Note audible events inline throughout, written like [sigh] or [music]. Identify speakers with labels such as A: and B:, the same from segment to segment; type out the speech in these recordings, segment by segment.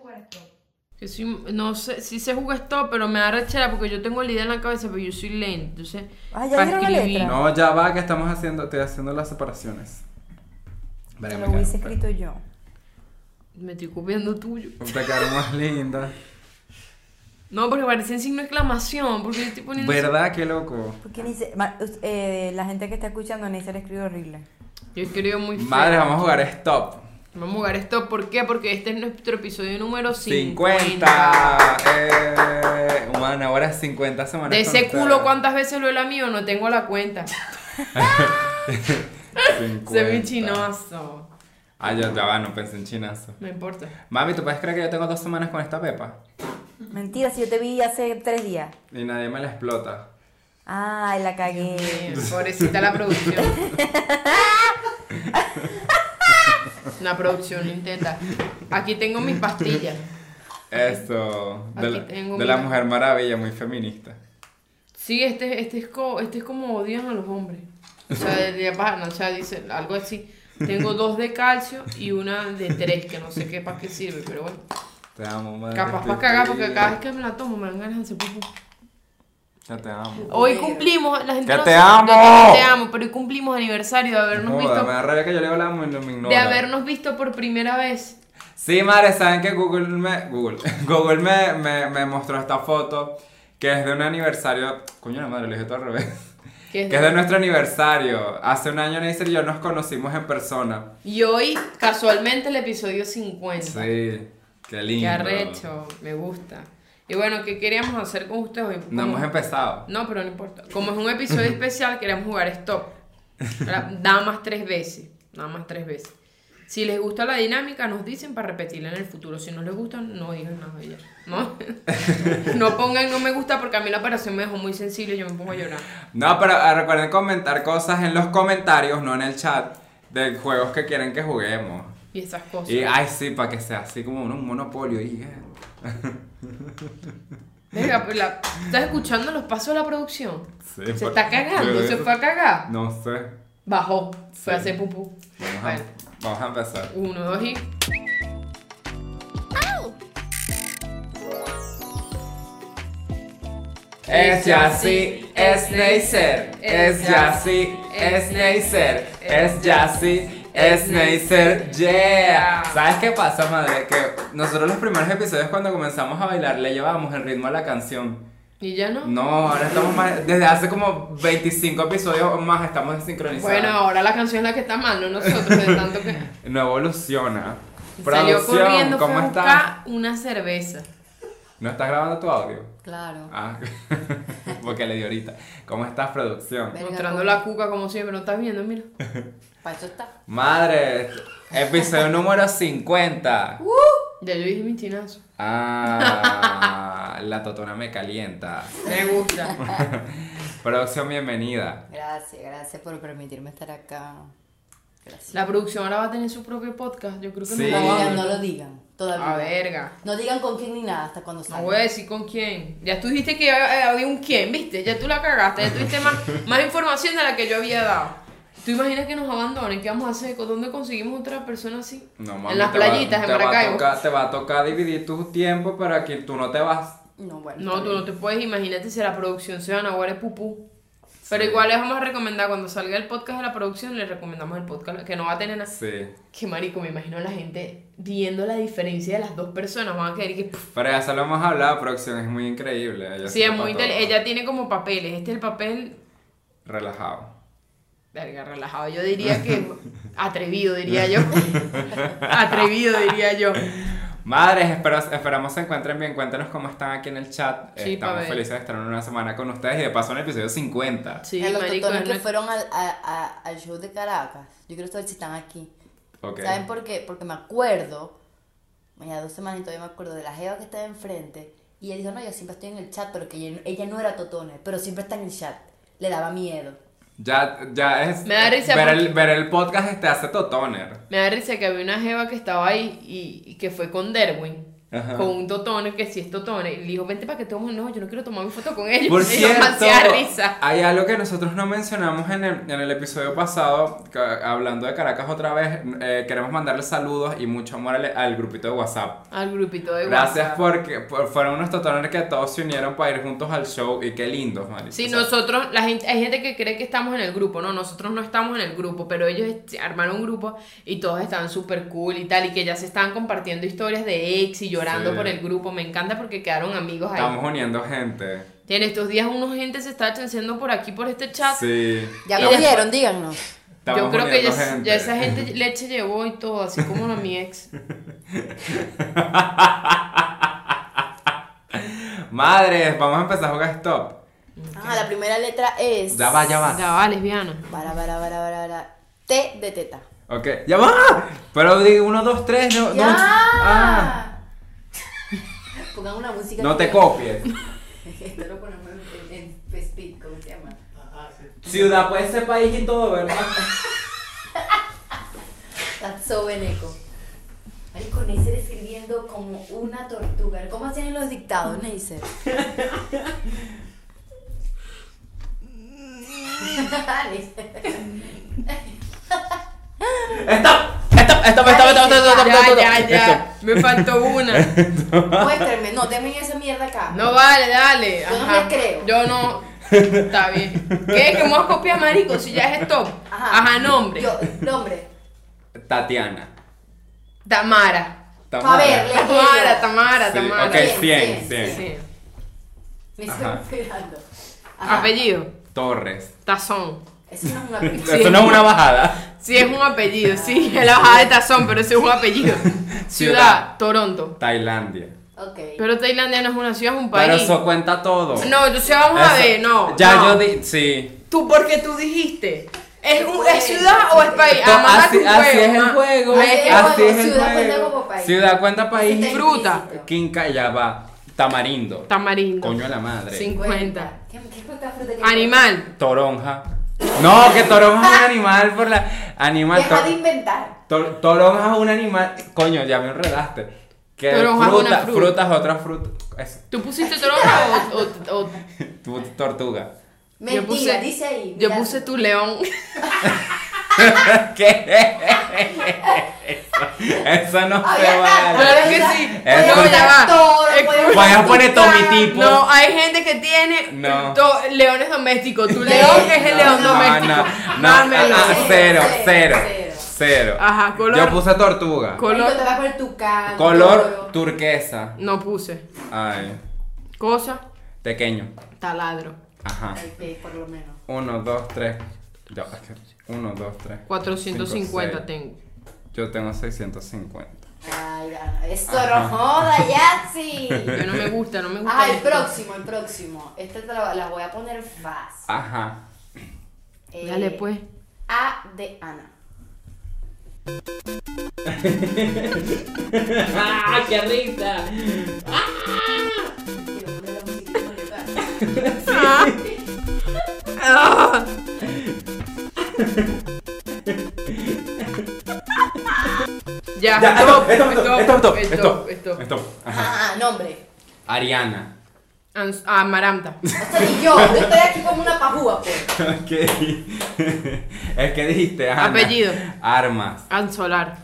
A: jugar esto?
B: Yo soy- no sé, sí se juega esto, pero me da rechera porque yo tengo la idea en la cabeza, pero yo soy lenta. Entonces,
C: Ah, ¿ya
B: para
C: dieron la
B: escribir-
C: letra?
B: No.
D: No, ya va que estamos haciendo, estoy haciendo las separaciones. Vale,
C: Lo
D: me
C: hubiese
D: quedaron-
C: escrito yo.
B: Me estoy copiando tuyo.
D: Te quedaron más linda.
B: No, porque parecen signo de exclamación, porque yo estoy [laughs] poniendo...
D: ¿Verdad? Qué loco.
C: Porque ni se- ma- us- eh, la gente que está escuchando ni se le escribe horrible.
B: Yo escribo muy feo.
D: Madre, vamos a jugar stop.
B: Vamos a jugar esto, ¿por qué? Porque este es nuestro episodio número 50.
D: 50. Eh, bueno, ahora 50 semanas.
B: De ese
D: conectadas.
B: culo, [laughs] ¿cuántas veces lo he lamido? No tengo la cuenta.
D: 50.
B: Soy muy chinoso.
D: Ah, yo ya va, no pensé en chinazo.
B: No importa.
D: Mami, ¿tú puedes creer que yo tengo dos semanas con esta pepa?
C: Mentira, si yo te vi hace tres días.
D: Y nadie me la explota.
C: Ay, la cagué.
B: Bien, Eh, Pobrecita la
D: [laughs]
B: producción. La producción intenta. Aquí tengo mis pastillas.
D: Eso. De, la-
B: Aquí tengo
D: de la
B: mi-
D: Mujer Maravilla, muy feminista.
B: Sí, este, este, es como, este es como odian a los hombres. O sea,
D: [laughs]
B: de, de pana, o sea, dice algo así. Tengo dos de calcio y una de tres, que no sé qué para qué sirve, pero bueno.
D: Ah, Te amo, madre.
B: Capaz
D: estoy
B: para cagar, porque
D: feliz.
B: cada vez que me la tomo me dan ganas de hacer pupú.
D: Yo te amo.
B: Hoy cumplimos, la gente
D: ¡Que
B: no
D: te
B: sabe,
D: amo!
B: Te amo, pero hoy cumplimos aniversario de habernos
D: Joda,
B: visto
D: me da rabia que yo le hablamos y no me ignora.
B: de habernos visto por primera vez.
D: Sí, madre, saben que Google me. Google. [laughs] Google me, me, me mostró esta foto que es de un aniversario. Coño la madre, lo dije todo al revés.
B: Que [laughs] es-
D: Que es de nuestro aniversario. Hace un año Neisser y yo nos conocimos en persona.
B: Y hoy, casualmente, el episodio 50.
D: Sí, qué lindo.
B: Qué arrecho, me gusta. Y bueno, ¿qué queríamos hacer con ustedes hoy?
D: No
B: Como-
D: hemos empezado.
B: No, pero no importa. Como es un episodio especial, queremos jugar stop. Ahora, Damas tres veces. Damas tres veces. Si les gusta la dinámica, nos dicen para repetirla en el futuro. Si no les gusta, no digan nada ya. ¿No? [laughs] no pongan no me gusta porque a mí la operación me dejó muy sensible y yo me pongo a llorar.
D: No, pero eh, recuerden comentar cosas en los comentarios, no en el chat, de juegos que quieren que juguemos.
B: Y esas cosas.
D: Y ay, sí, para que sea así como un monopolio. Y, eh,
B: Venga, pues la- ¿Estás escuchando los pasos de la producción?
D: sí,
B: Se
D: por-
B: está cagando,
D: pero
B: se
D: eso-
B: fue a cagar.
D: No sé.
B: Bajó, fue a
D: Sí.
B: hacer pupú.
D: Vamos a,
B: Bueno,
D: vamos a empezar.
B: uno, dos y.
D: Es ya sí, es Neisser. Es ya sí, es Neisser. Es ya sí, es Neisser. Yeah. ¿Sabes qué pasa, madre? Que nosotros los primeros episodios cuando comenzamos a bailar le llevábamos el ritmo a la canción.
B: ¿Y ya no?
D: No, ahora estamos más, desde hace como 25 episodios o más estamos desincronizados.
B: Bueno, ahora la canción es la que está mal, no nosotros, de tanto que.
D: No evoluciona.
B: Salió corriendo,
D: Producción,
B: fue
D: ¿cómo
B: a
D: estás?
B: buscar una cerveza.
D: ¿No estás grabando tu audio?
C: Claro.
D: Ah, [laughs] porque le di ahorita. ¿Cómo estás, producción?
C: Verga,
B: Mostrando
C: ¿cómo?
B: la cuca como siempre, no estás viendo, mira.
C: Para eso está.
D: Madre, episodio número 50.
B: Ya yo dije mi chinazo.
D: Ah, la totona me calienta.
B: Me
D: [laughs]
B: gusta.
D: Producción, bienvenida.
E: Gracias, gracias por permitirme estar acá. Gracias.
B: La producción ahora va a tener su propio podcast. Yo creo que no
D: Sí.
B: lo va
E: Todavía
B: a
E: no lo digan, todavía.
B: A verga.
E: No digan con quién ni nada hasta cuando
B: No
E: salga.
B: voy a decir con quién. Ya tú dijiste que eh, había un quién, ¿viste? Ya tú la cagaste. Ya tuviste
D: [laughs]
B: más, más información de la que yo había dado. ¿Tú imaginas que nos abandonen? ¿Qué vamos a hacer? ¿Con dónde conseguimos otra persona así?
D: No, mami,
B: en las
D: te va-
B: playitas, en
D: te va a
B: Maracaibo.
D: tocar- te va a tocar dividir tu tiempo para que tú no te vas.
E: No, bueno.
B: No, tú no te puedes, imagínate si la producción se van a guardar pupú. Pero igual les vamos a recomendar, cuando salga el podcast de la producción, les recomendamos el podcast, que no va a tener nada.
D: Sí.
B: Que marico, me imagino la gente viendo la diferencia de las dos personas, van a creer que... pff,
D: Pero ya se lo hemos hablado, producción es muy increíble. Ella
B: sí,
D: se
B: es
D: toma
B: muy...
D: todo.
B: intel- Ella tiene como papeles, este es el papel...
D: Relajado.
B: Verga, relajado, yo diría que... Atrevido, diría yo. [laughs] Atrevido, diría yo.
D: Madres, espero- esperamos se encuentren bien. Cuéntenos cómo están aquí en el chat.
B: Sí, pa'
D: Estamos
B: ver.
D: felices de estar en una semana con ustedes y de paso en el episodio 50.
B: Sí,
E: a Eh, los
B: marico,
E: totones
B: es
E: que
B: nuestro-
E: fueron al, a- a- al show de Caracas, yo quiero saber si están aquí.
D: Ok.
E: ¿Saben por qué? Porque me acuerdo, ya dos semanas y todavía me acuerdo de la jeva que estaba enfrente. Y ella dijo, no, yo siempre estoy en el chat, pero que ella, ella no era totone, pero siempre está en el chat. Le daba miedo.
D: Ya, ya es.
B: Me da risa
D: ver,
B: porque-
D: el, ver el
B: [laughs]
D: podcast te hace totoner.
B: Me da risa que había una jeva que estaba ahí y, y que fue con Derwin.
D: Ajá.
B: con un totone que sí es totone. Y le dijo, vente para que tomemos. No, yo no quiero tomar mi foto con él. [laughs]
D: Por
B: Y yo
D: cierto,
B: hacía risa.
D: hay algo que nosotros no mencionamos en el, en el episodio pasado, que, hablando de Caracas otra vez, eh, queremos mandarle saludos y mucho amor al, al grupito de WhatsApp.
B: Al grupito de WhatsApp.
D: Gracias porque por- fueron unos totones que todos se unieron para ir juntos al show y qué lindos, Maris.
B: Sí, nosotros, la gente, hay gente que cree que estamos en el grupo, no, nosotros no estamos en el grupo, pero ellos este, armaron un grupo y todos estaban súper cool y tal, y que ya se estaban compartiendo historias de ex y llorando
D: Sí.
B: por el grupo, me encanta porque quedaron amigos ahí.
D: Estamos uniendo gente.
B: Y en estos días unos gente se está chanceando por aquí, por este chat.
D: Sí.
C: Ya
B: Y
C: lo
B: ya-
C: vieron, díganos.
D: Estamos
B: Yo creo que
D: uniendo
B: ya,
D: gente.
B: ya esa
D: [laughs]
B: gente leche llevó y todo, así como a mi ex.
D: Madres, vamos a empezar a jugar stop.
C: Ah, la primera letra es.
D: Ya va, ya va.
B: Ya va, lesbiana.
C: Vara, vara, vara, vara, vara. T de teta.
D: Ok, ya va. Pero digo uno, dos, tres, no. no. Ah,
E: [laughs]
C: Pongan una música.
D: no te
C: que-
D: copies.
C: Esto lo ponemos en, en, en speed, ¿cómo se llama?
D: Ciudad puede ser país y todo, ¿verdad?
C: That's so veneco. Marico, Neisser escribiendo como una tortuga. ¿Cómo hacían en los dictados,
D: [laughs]
C: Neisser?
D: Stop, stop, stop, stop, stop, stop,
B: Ya,
D: stop,
B: ya,
D: stop. Stop.
B: ya. Me faltó una.
C: Muéstrame, no, denme esa mierda acá.
B: No vale, dale.
C: Yo no
B: Ajá.
C: le creo.
B: Yo no. Está bien. ¿Qué? ¿Que me vas a copiar, marico? Si ya es stop. Ajá, nombre.
C: Yo, nombre.
D: Tatiana.
B: Tamara.
C: A ver, le-
B: Tamara, Tamara,
D: Sí,
B: Tamara.
D: Ok,
C: Bien, bien,
D: 100, 100.
B: Sí.
C: Me
D: Ajá.
C: estoy cuidando.
B: Apellido.
D: Torres.
B: Tazón.
C: Eso no es una película.
D: Eso no es una bajada.
B: Sí, es un apellido. Sí, es la bajada de tazón, pero sí es un apellido.
D: [laughs]
B: Ciudad, Toronto.
D: Tailandia.
C: Ok.
B: Pero Tailandia no es una ciudad, es un
D: Pero
B: país.
D: eso cuenta todo.
B: No, entonces vamos a
D: Eso-
B: ver, no.
D: Ya
B: no.
D: yo di. Sí.
B: Tú, porque tú dijiste. ¿Es, un- ¿Es ciudad o es país?
D: Esto-
B: Ah, mamá,
D: así,
B: tu Ah.
D: así
B: huevo,
D: es el
B: ma.
D: juego.
C: Ahí es el
D: Así
C: juego.
D: es el
C: Ciudad cuenta
D: juego.
C: como país.
D: Ciudad cuenta
C: Está
D: país.
B: fruta.
C: implícito.
D: Quinca, ya va. Tamarindo.
B: Tamarindo.
D: Coño de la madre.
B: Cinco. Cuenta.
C: ¿Qué, qué fruta fruta que-
B: Animal.
D: Toronja. No, que toronja
B: Ah.
D: es un animal por la. Animal.
C: Deja
D: to-
C: de inventar.
D: to- toronja es un animal. Coño, ya me enredaste. Que
B: Toronja es
D: fruta,
B: una fruta.
D: fruta es otra fruta. Eso.
B: ¿Tú pusiste toronja o, o- o-
D: Tu- tortuga. [laughs]
C: Mentira,
B: yo puse,
C: dice ahí.
B: Yo
C: mira.
B: puse tu león.
D: ¿Qué? Eso, eso no
C: Había
D: se
C: tanto,
B: Claro
D: vale.
B: que
C: había
B: sí.
C: tanto,
D: Eso-
C: había
B: Ya va.
C: toro,
B: Es-
C: podemos
D: Voy a poner
C: buscar.
D: tomitip. Tipo.
B: No, hay gente que tiene
D: No.
B: to- leones domésticos. Tu león es el león
C: No,
B: doméstico.
D: No, no,
B: Dámelo.
D: no,
C: ah,
D: cero,
C: Cero,
D: cero,
C: cero.
D: cero.
B: Ajá, color.
D: Yo puse tortuga.
C: Marico,
B: Color.
C: te va a poner tucán.
D: Color
C: toro.
D: turquesa.
B: No puse.
D: Ay,
B: Cosa.
D: pequeño.
B: Taladro.
D: Ajá.
C: Ok, por lo menos.
D: Uno, dos, tres. Yo, es que- uno, dos, tres. cinco,
B: 450
D: seis.
B: tengo.
D: Yo tengo 650.
C: Ay, Ana, eso no joda, ya
D: [laughs]
C: sí.
B: Yo no me gusta, no me gusta.
C: Ah, el
B: esto.
C: próximo, el próximo. Esta te la, la voy a poner fácil.
D: Ajá.
C: Eh,
B: Dale pues.
C: A de Ana.
D: ¡Ah, qué risa!
B: Ah. Ah. [laughs] Ya,
D: Ya,
B: stop,
D: stop, stop, stop, stop,
B: stop,
D: stop,
B: stop.
D: stop. Ajá.
C: Ah, nombre.
D: Ariana. [laughs]
B: Ans- Ah, Maranta.
C: O sea, y yo, yo estoy aquí como una pajúa, pues.
D: Ok. es que dijiste Ana.
B: Apellido.
D: Armas.
B: Anzolar.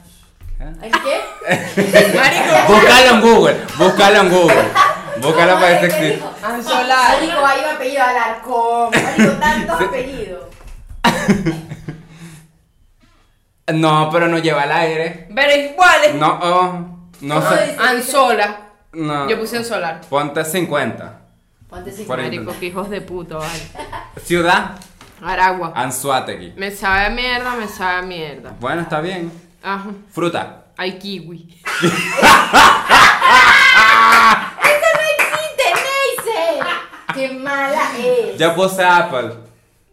C: ¿El qué?
B: [laughs] Marico.
D: Búscalo en Google. Búscalo en Google. Búscalo para
C: ¿Qué
D: este clip.
C: dijo? "Ah,
B: Anzolar.
C: Marico, hay un apellido Alarcón. Marico, tantos apellidos.
D: No, pero no lleva al aire.
B: Pero igual es.
D: No, oh, no
C: ¿Cómo
D: sé.
C: dice?
B: Anzola.
D: No.
B: Yo puse Anzolar.
D: Ponte 50.
C: Ponte ese
D: Por ahí.
B: Marico, que hijos de puto, vale.
D: Ciudad,
B: Aragua.
D: Anzuategui.
B: Me sabe a mierda, me sabe a mierda.
D: Bueno, está bien.
B: Ajá.
D: Fruta.
B: Hay kiwi.
C: ¡Quite,
D: [laughs]
C: Neisser! ¡Qué mala es!
D: Yo puse Apple.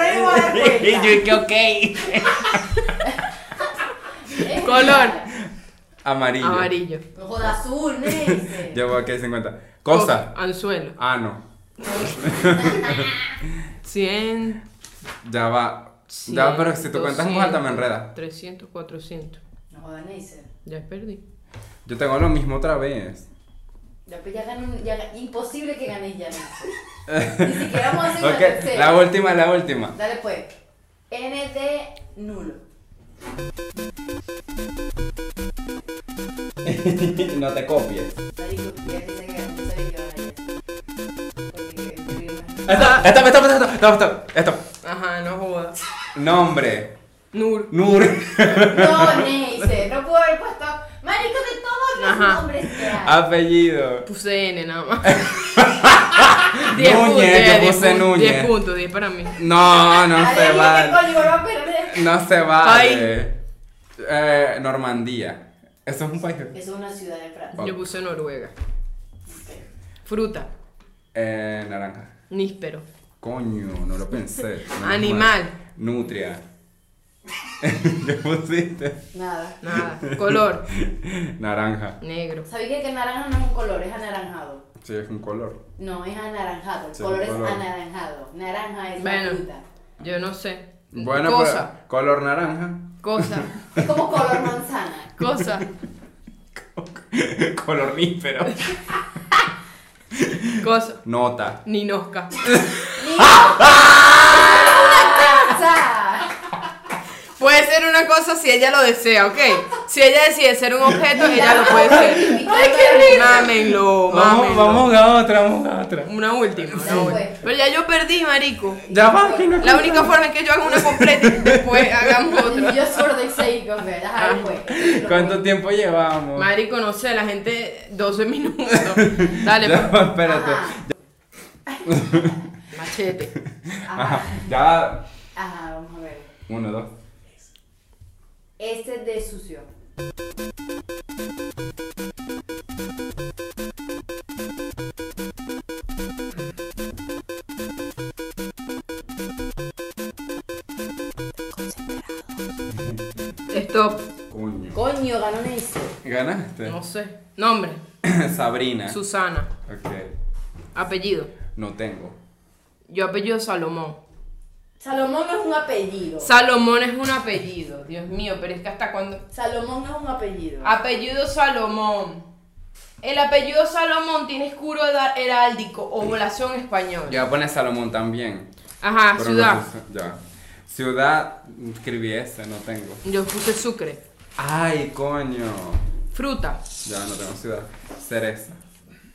C: le iba a dar
D: [laughs] Y yo
C: cuenta.
D: dije, ok.
B: Color.
D: Amarillo.
B: Amarillo.
C: No joda azul, Neise.
D: Ya voy a caer 50. Cosa.
B: Co- Anzuelo.
D: Ah, no.
B: Cien.
D: Ya va.
B: cien,
D: Ya va, pero si tú cuentas en voz alta me
B: 200,
D: enreda.
B: 300, 400.
C: No joda Neise.
B: Ya perdí.
D: Yo tengo lo mismo otra vez.
C: Ya, pues, ya ganó un- ya ga- imposible que ganéis ya Neise. Ni siquiera vamos a hacer una
D: Ok,
C: tercera.
D: la última, la última. [laughs]
C: Dale pues. N de nulo.
D: No te copies.
C: Marico, ya te sé que no sabía que iba a ganar. Porque escribí más.
D: Stop, stop, stop, stop, stop, stop, stop.
B: Ajá, no jodas.
D: Nombre.
B: Nur.
D: Nur. [laughs]
C: No, Neise, no puedo haber puesto. Marico, de todos los
B: Ajá.
C: nombres que hay.
D: Ah, Apellido.
B: Puse N nada
D: [laughs]
B: más. Diez
D: Núñez,
B: puntos,
D: yo
B: ya, diez
D: puse
B: pun-
D: Núñez.
B: diez puntos, 10 para mí.
D: No, no
C: A
D: se
C: ver,
D: vale.
C: ¿qué código va a perder?
D: No se vale. Eh, Normandía. Eso es un país.
C: Es una ciudad de Francia.
B: Yo puse Noruega. Fruta.
D: Eh, naranja.
B: Níspero.
D: Coño, no lo
C: [laughs]
D: pensé. Menos
B: Animal.
D: mal. Nutria. [laughs] ¿Qué pusiste?
C: Nada.
B: Nada. Color.
D: Naranja.
B: Negro.
C: ¿Sabías que el naranja no es un color, es anaranjado?
D: Sí, es un color.
C: No, es anaranjado. El
D: Sí,
C: color
D: un
C: es
D: color.
C: anaranjado. Naranja es una
B: Bueno.
C: fruta.
B: Yo no sé.
D: Bueno, pues.
B: cosa.
D: pero
B: [laughs]
D: color naranja.
B: Cosa.
D: [laughs]
C: Es como color manzana.
B: Cosa.
D: color níspero.
B: Cosa.
D: Nota.
B: Ninosca.
C: ¡Ni- ¡Una
B: Puede ser una cosa si ella lo desea, ¿ok? Si ella decide ser un
C: [laughs]
B: objeto,
C: casa!
B: ella lo puede ser.
C: ¡Ay, qué rico!
B: Mámenlo,
D: Vamos,
B: mámenlo.
D: vamos a otra, vamos a otra.
B: Una última. una
C: Ya fue.
B: última. Pero ya yo perdí, marico.
D: Ya va, que no
B: La única forma es que yo haga una completa y después hagamos otra.
C: Yo sordo y seico, ¿verdad? Ay, pues.
D: Ah, ¿Cuánto tiempo llevamos?
B: Marico, no sé, la gente 12 minutos. Dale,
D: ya,
B: pues.
D: va, espérate.
C: Ajá.
B: machete.
C: Ajá.
B: Ah.
D: Ajá. Ya.
C: Ajá, vamos a ver.
D: Uno, dos.
C: Este es de sucio.
B: Stop.
D: Coño.
C: Coño, ganó Neise.
D: ¿Ganaste?
B: No sé. Nombre.
D: [clears throat] Sabrina.
B: Susana.
D: Ok.
B: Apellido.
D: No tengo.
B: Yo apellido Salomón.
C: Salomón no es un apellido.
B: Salomón es un apellido. Dios mío, pero es que hasta cuando...
C: Salomón no es un apellido.
B: Ah. Apellido Salomón. El apellido Salomón tiene escudo hera- heráldico, ovulación español.
D: Ya pone Salomón también.
B: Ajá,
D: pero no
B: Ah, ciudad.
D: puse- ya. Ciudad, escribí ese, no tengo.
B: Yo puse Sucre.
D: Ay, coño.
B: Fruta.
D: Ya no tengo ciudad. Cereza.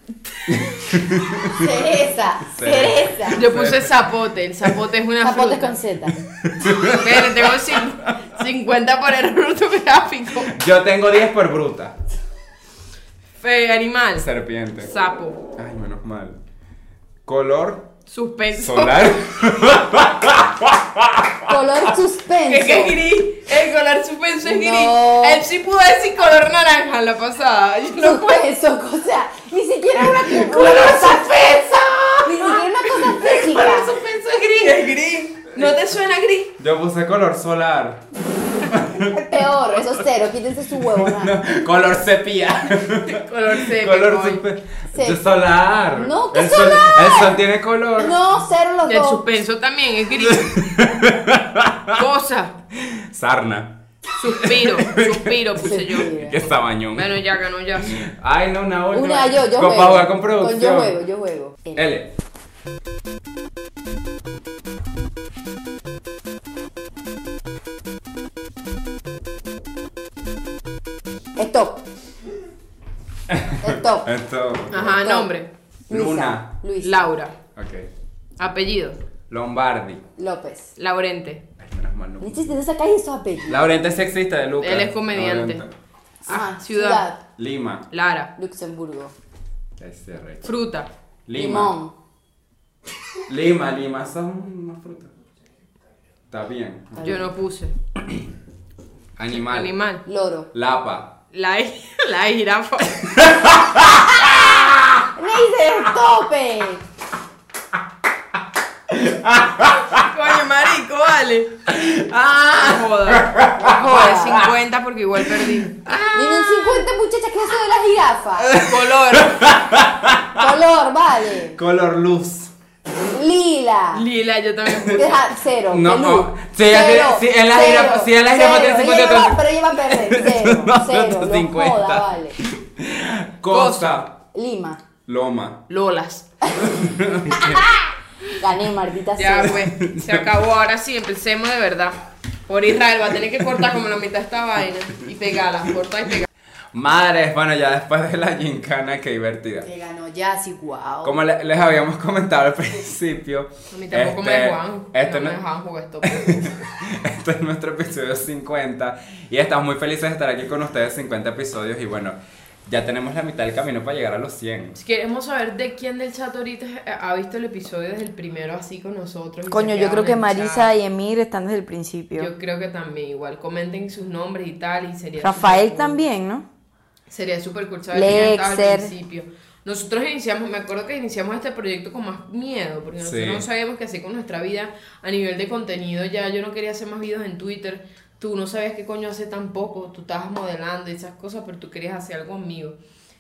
C: [laughs] Cereza,
D: Cereza.
C: cereza.
B: Yo puse zapote. El zapote es una
C: Zapotes
B: fruta.
C: con Z.
B: Pero tengo cin- 50 por error ortográfico.
D: Yo tengo 10 por bruta.
B: Fe, animal.
D: Serpiente.
B: Sapo.
D: Ay, menos mal. Color
B: Suspenso.
C: [laughs]
D: solar.
C: Color
B: [laughs]
C: suspenso.
B: Es que es gris, el color suspenso es gris.
C: No.
B: Él sí pudo decir color naranja en la pasada. Yo no puedo.
C: Suspenso, o sea, ni siquiera una Color suspenso. Ni siquiera una
B: [laughs]
C: cosa
B: Color
C: física.
B: suspenso es gris. Es gris. ¿No te suena gris?
D: Yo puse color solar.
C: Peor, eso es cero, quítense su huevo. nada.
D: Color
C: [laughs]
D: sepia.
B: Color seco.
D: color
B: coño.
D: super-
C: Sí.
D: de solar.
C: No, ¿qué
D: el sol,
C: solar?
D: El sol tiene color.
C: No, cero los
B: El
C: dos.
B: suspenso también es gris. Cosa.
D: Sarna.
B: Suspiro. Suspiro puse yo.
C: Suspiro.
D: ¿Qué está bañón?
B: Bueno, ya ganó ya.
D: Ay, no, una última.
C: Una yo, yo
D: Con-
C: juego.
D: para jugar con producción.
C: yo juego, yo juego.
D: L.
C: Stop. Stop.
D: Esto.
B: Ajá, nombre.
C: Luisa,
D: [laughs] Luna.
C: Luisa.
B: Laura.
D: Ok.
B: Apellido.
D: Lombardi.
C: López.
B: Laurente.
D: Ay, menos mal, no.
C: Ni chiste, no sacáis esos apellidos.
D: Laurente es sexista de Lucas.
B: Él es comediante.
D: Laurente.
B: Ah,
C: Ah,
B: ciudad.
D: Lima.
B: Lara.
C: Luxemburgo.
D: Ese rey.
B: Fruta.
D: Lima.
C: Limón.
D: Lima, Lima. Son más frutas. Está bien.
B: Yo no puse.
D: Animal.
B: Animal.
C: Loro.
B: [laughs]
D: Lapa.
B: La, la jirafa.
E: dices tope.
B: Coño, marico, vale. Ah, joda. Joda, 50 porque igual perdí.
E: Dime un 50 muchachas que es eso de la jirafa.
B: Color.
E: Color, vale.
D: Color luz.
E: Lila.
B: Lila, yo también.
E: Deja cero.
D: No,
E: pelú.
D: no. Si ella
E: Cero,
D: tiene- si en la
E: cero,
D: jirafa- si en la jirafa tiene
E: cero.
D: 50,
E: Ella va-
D: entonces-
E: Pero ella va a
D: [laughs]
E: perder. Cero.
D: No, no,
E: cero.
D: tú
E: No
D: 50.
E: joda, vale.
D: Cosa.
E: Lima.
D: Loma.
B: Lolas.
E: Gané, maldita
B: Ya,
E: sea.
B: pues. Se acabó ahora sí, empecemos de verdad. Por Israel va a tener que cortar como la mitad de esta vaina y pegarla, cortar y pegarla.
D: Madres, bueno, ya después de la gincana, qué divertida.
E: Que ganó Jazzy, guau.
D: Como le- les habíamos comentado al [laughs] principio,
B: A mí tampoco me
D: este-
B: dejaban.
D: este
B: no
D: no-
B: me dejaban jugar esto.
D: [laughs]
B: pues.
D: este es nuestro episodio 50 y estamos muy felices de estar aquí con ustedes 50 episodios y bueno, ya tenemos la mitad del camino para llegar a los 100.
B: Si queremos saber de quién del chat ahorita eh, ha visto el episodio desde el primero así con nosotros. y
C: Coño,
B: se
C: yo creo
B: quedaron
C: que
B: en el
C: Marisa
B: chat.
C: y Emir están desde el principio.
B: Yo creo que también, igual. Comenten sus nombres y tal. y sería
C: Rafael
B: supercool.
C: también, ¿no?
B: Sería súper cool saber quién estaba al
C: Lexer.
B: principio. Nosotros iniciamos, me acuerdo que iniciamos este proyecto con más miedo, porque nosotros
D: Sí.
B: no sabíamos qué hacer con nuestra vida a nivel de contenido. Ya yo no quería hacer más videos en Twitter, tú no sabías qué coño hacer tampoco, tú estabas modelando y esas cosas, pero tú querías hacer algo conmigo.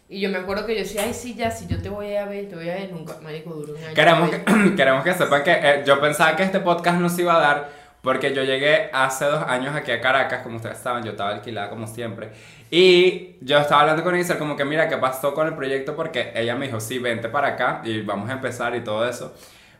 B: Y yo me acuerdo que yo decía, ay, sí, ya, si yo te voy a ver, te voy a ver, nunca, marico, duró un año.
D: Queremos que, [clears throat] queremos que sepan que eh, yo pensaba que este podcast no se iba a dar porque yo llegué hace dos años aquí a Caracas, como ustedes saben, yo estaba alquilada como siempre. Y yo estaba hablando con Isabel como que mira, ¿qué pasó con el proyecto? Porque ella me dijo, sí, vente para acá y vamos a empezar y todo eso.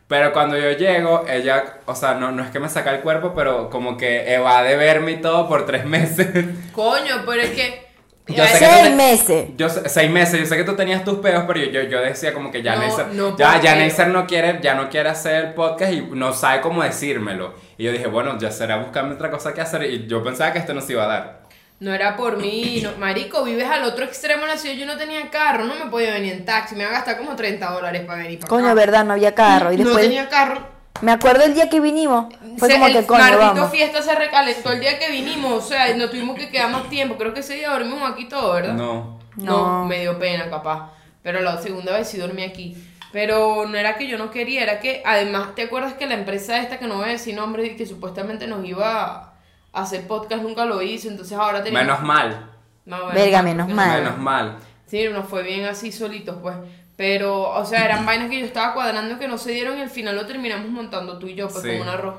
D: Pero cuando yo llego, ella, o sea, no, no es que me saca el cuerpo, pero como que evade verme y todo por tres [laughs] meses.
B: Coño, pero es que...
D: Yo
B: a
D: sé
B: ese-
D: que tú
C: Seis
D: te-
C: meses.
D: Yo, sé- seis meses, yo sé que tú tenías tus peos, pero yo, yo, yo decía como que ya
B: No,
D: Neisser,
B: no
D: ya,
B: puedo
D: ya
B: creer.
D: Neisser no quiere, ya no quiere hacer el podcast y no sabe cómo decírmelo. Y yo dije, bueno, ya será buscarme otra cosa que hacer y yo pensaba que esto nos iba a dar.
B: No era por mí, no- marico, vives al otro extremo de la ciudad, yo no tenía carro, no me podía venir en taxi, me iba a gastar como 30 dólares para venir para
C: Coño,
B: acá.
C: verdad, no había carro. Y
B: No
C: después,
B: tenía carro.
C: me acuerdo el día que vinimos, fue
B: Se-
C: como
B: el
C: que coño,
B: maldito
C: vamos.
B: fiesta se recalentó el día que vinimos, o sea, no tuvimos que quedar más tiempo, creo que ese día dormimos aquí todo, ¿verdad?
D: No.
B: No,
C: No.
B: me dio pena, capaz. Pero la segunda vez sí dormí aquí. Pero no era que yo no quería, era que además, ¿te acuerdas que la empresa esta que no voy a decir nombres y que supuestamente nos iba a hacer podcast nunca lo hizo? Entonces ahora tenemos.
D: Menos mal,
B: No, bueno,
C: Verga,
B: porque
C: menos
B: no-
C: mal.
D: menos mal.
B: Sí, nos fue bien así solitos, pues. Pero, o sea, eran vainas que yo estaba cuadrando que no se dieron y al final lo terminamos montando tú y yo, pues
D: Sí.
B: como un arroz.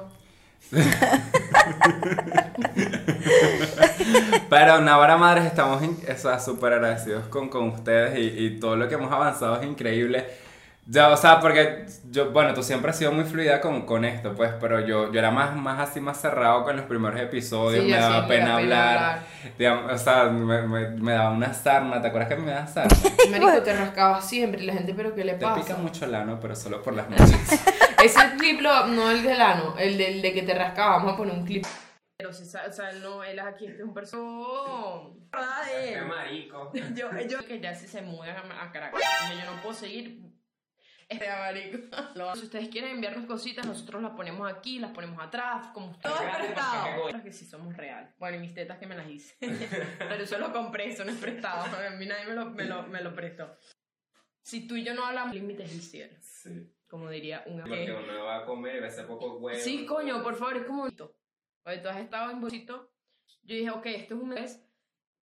D: Pero Navarra Madres, estamos in- o sea, súper agradecidos con, con ustedes y, y todo lo que hemos avanzado es increíble. Ya, o sea, porque yo, bueno, tú siempre has sido muy fluida con, con esto, pues, pero yo, yo era más, más así, más cerrado con los primeros episodios,
B: Sí,
D: me
B: ya
D: daba
B: sí, me da
D: pena
B: pena
D: hablar,
B: hablar.
D: digamos, o sea, me, me- me daba una sarna, ¿te acuerdas que me
B: [laughs]
D: daba sarna?
B: Marico, te rascaba siempre y la gente, pero ¿qué le
D: Te pica
B: pasa?
D: mucho el ano, pero solo por
B: [laughs]
D: las [laughs] noches.
B: Ese clip, lo- no el del ano, el del de que te rascaba, vamos a poner un clip. Pero, se sa- o sea, no, él aquí este es un personaje.
D: marico.
B: Yo, yo que ya si se mudan a, a Caracas, yo, yo no puedo seguir este abanico. [laughs] Lo- Si ustedes quieren enviarnos cositas, nosotros las ponemos aquí, las ponemos atrás, como ustedes.
E: Todo es prestado.
B: Nosotros que sí somos real. Bueno, y mis tetas que me las hice. Pero yo lo compré, eso no es prestado. A mí nadie me lo, me lo, me lo prestó. Si tú y yo no hablamos, límites y cierres,
D: Sí,
B: como diría un
D: uno va a comer, hace poco huevo.
B: Sí, coño, por favor, es como un... Oye, tú has estado en bolsito. Yo dije, ok, esto es un mes.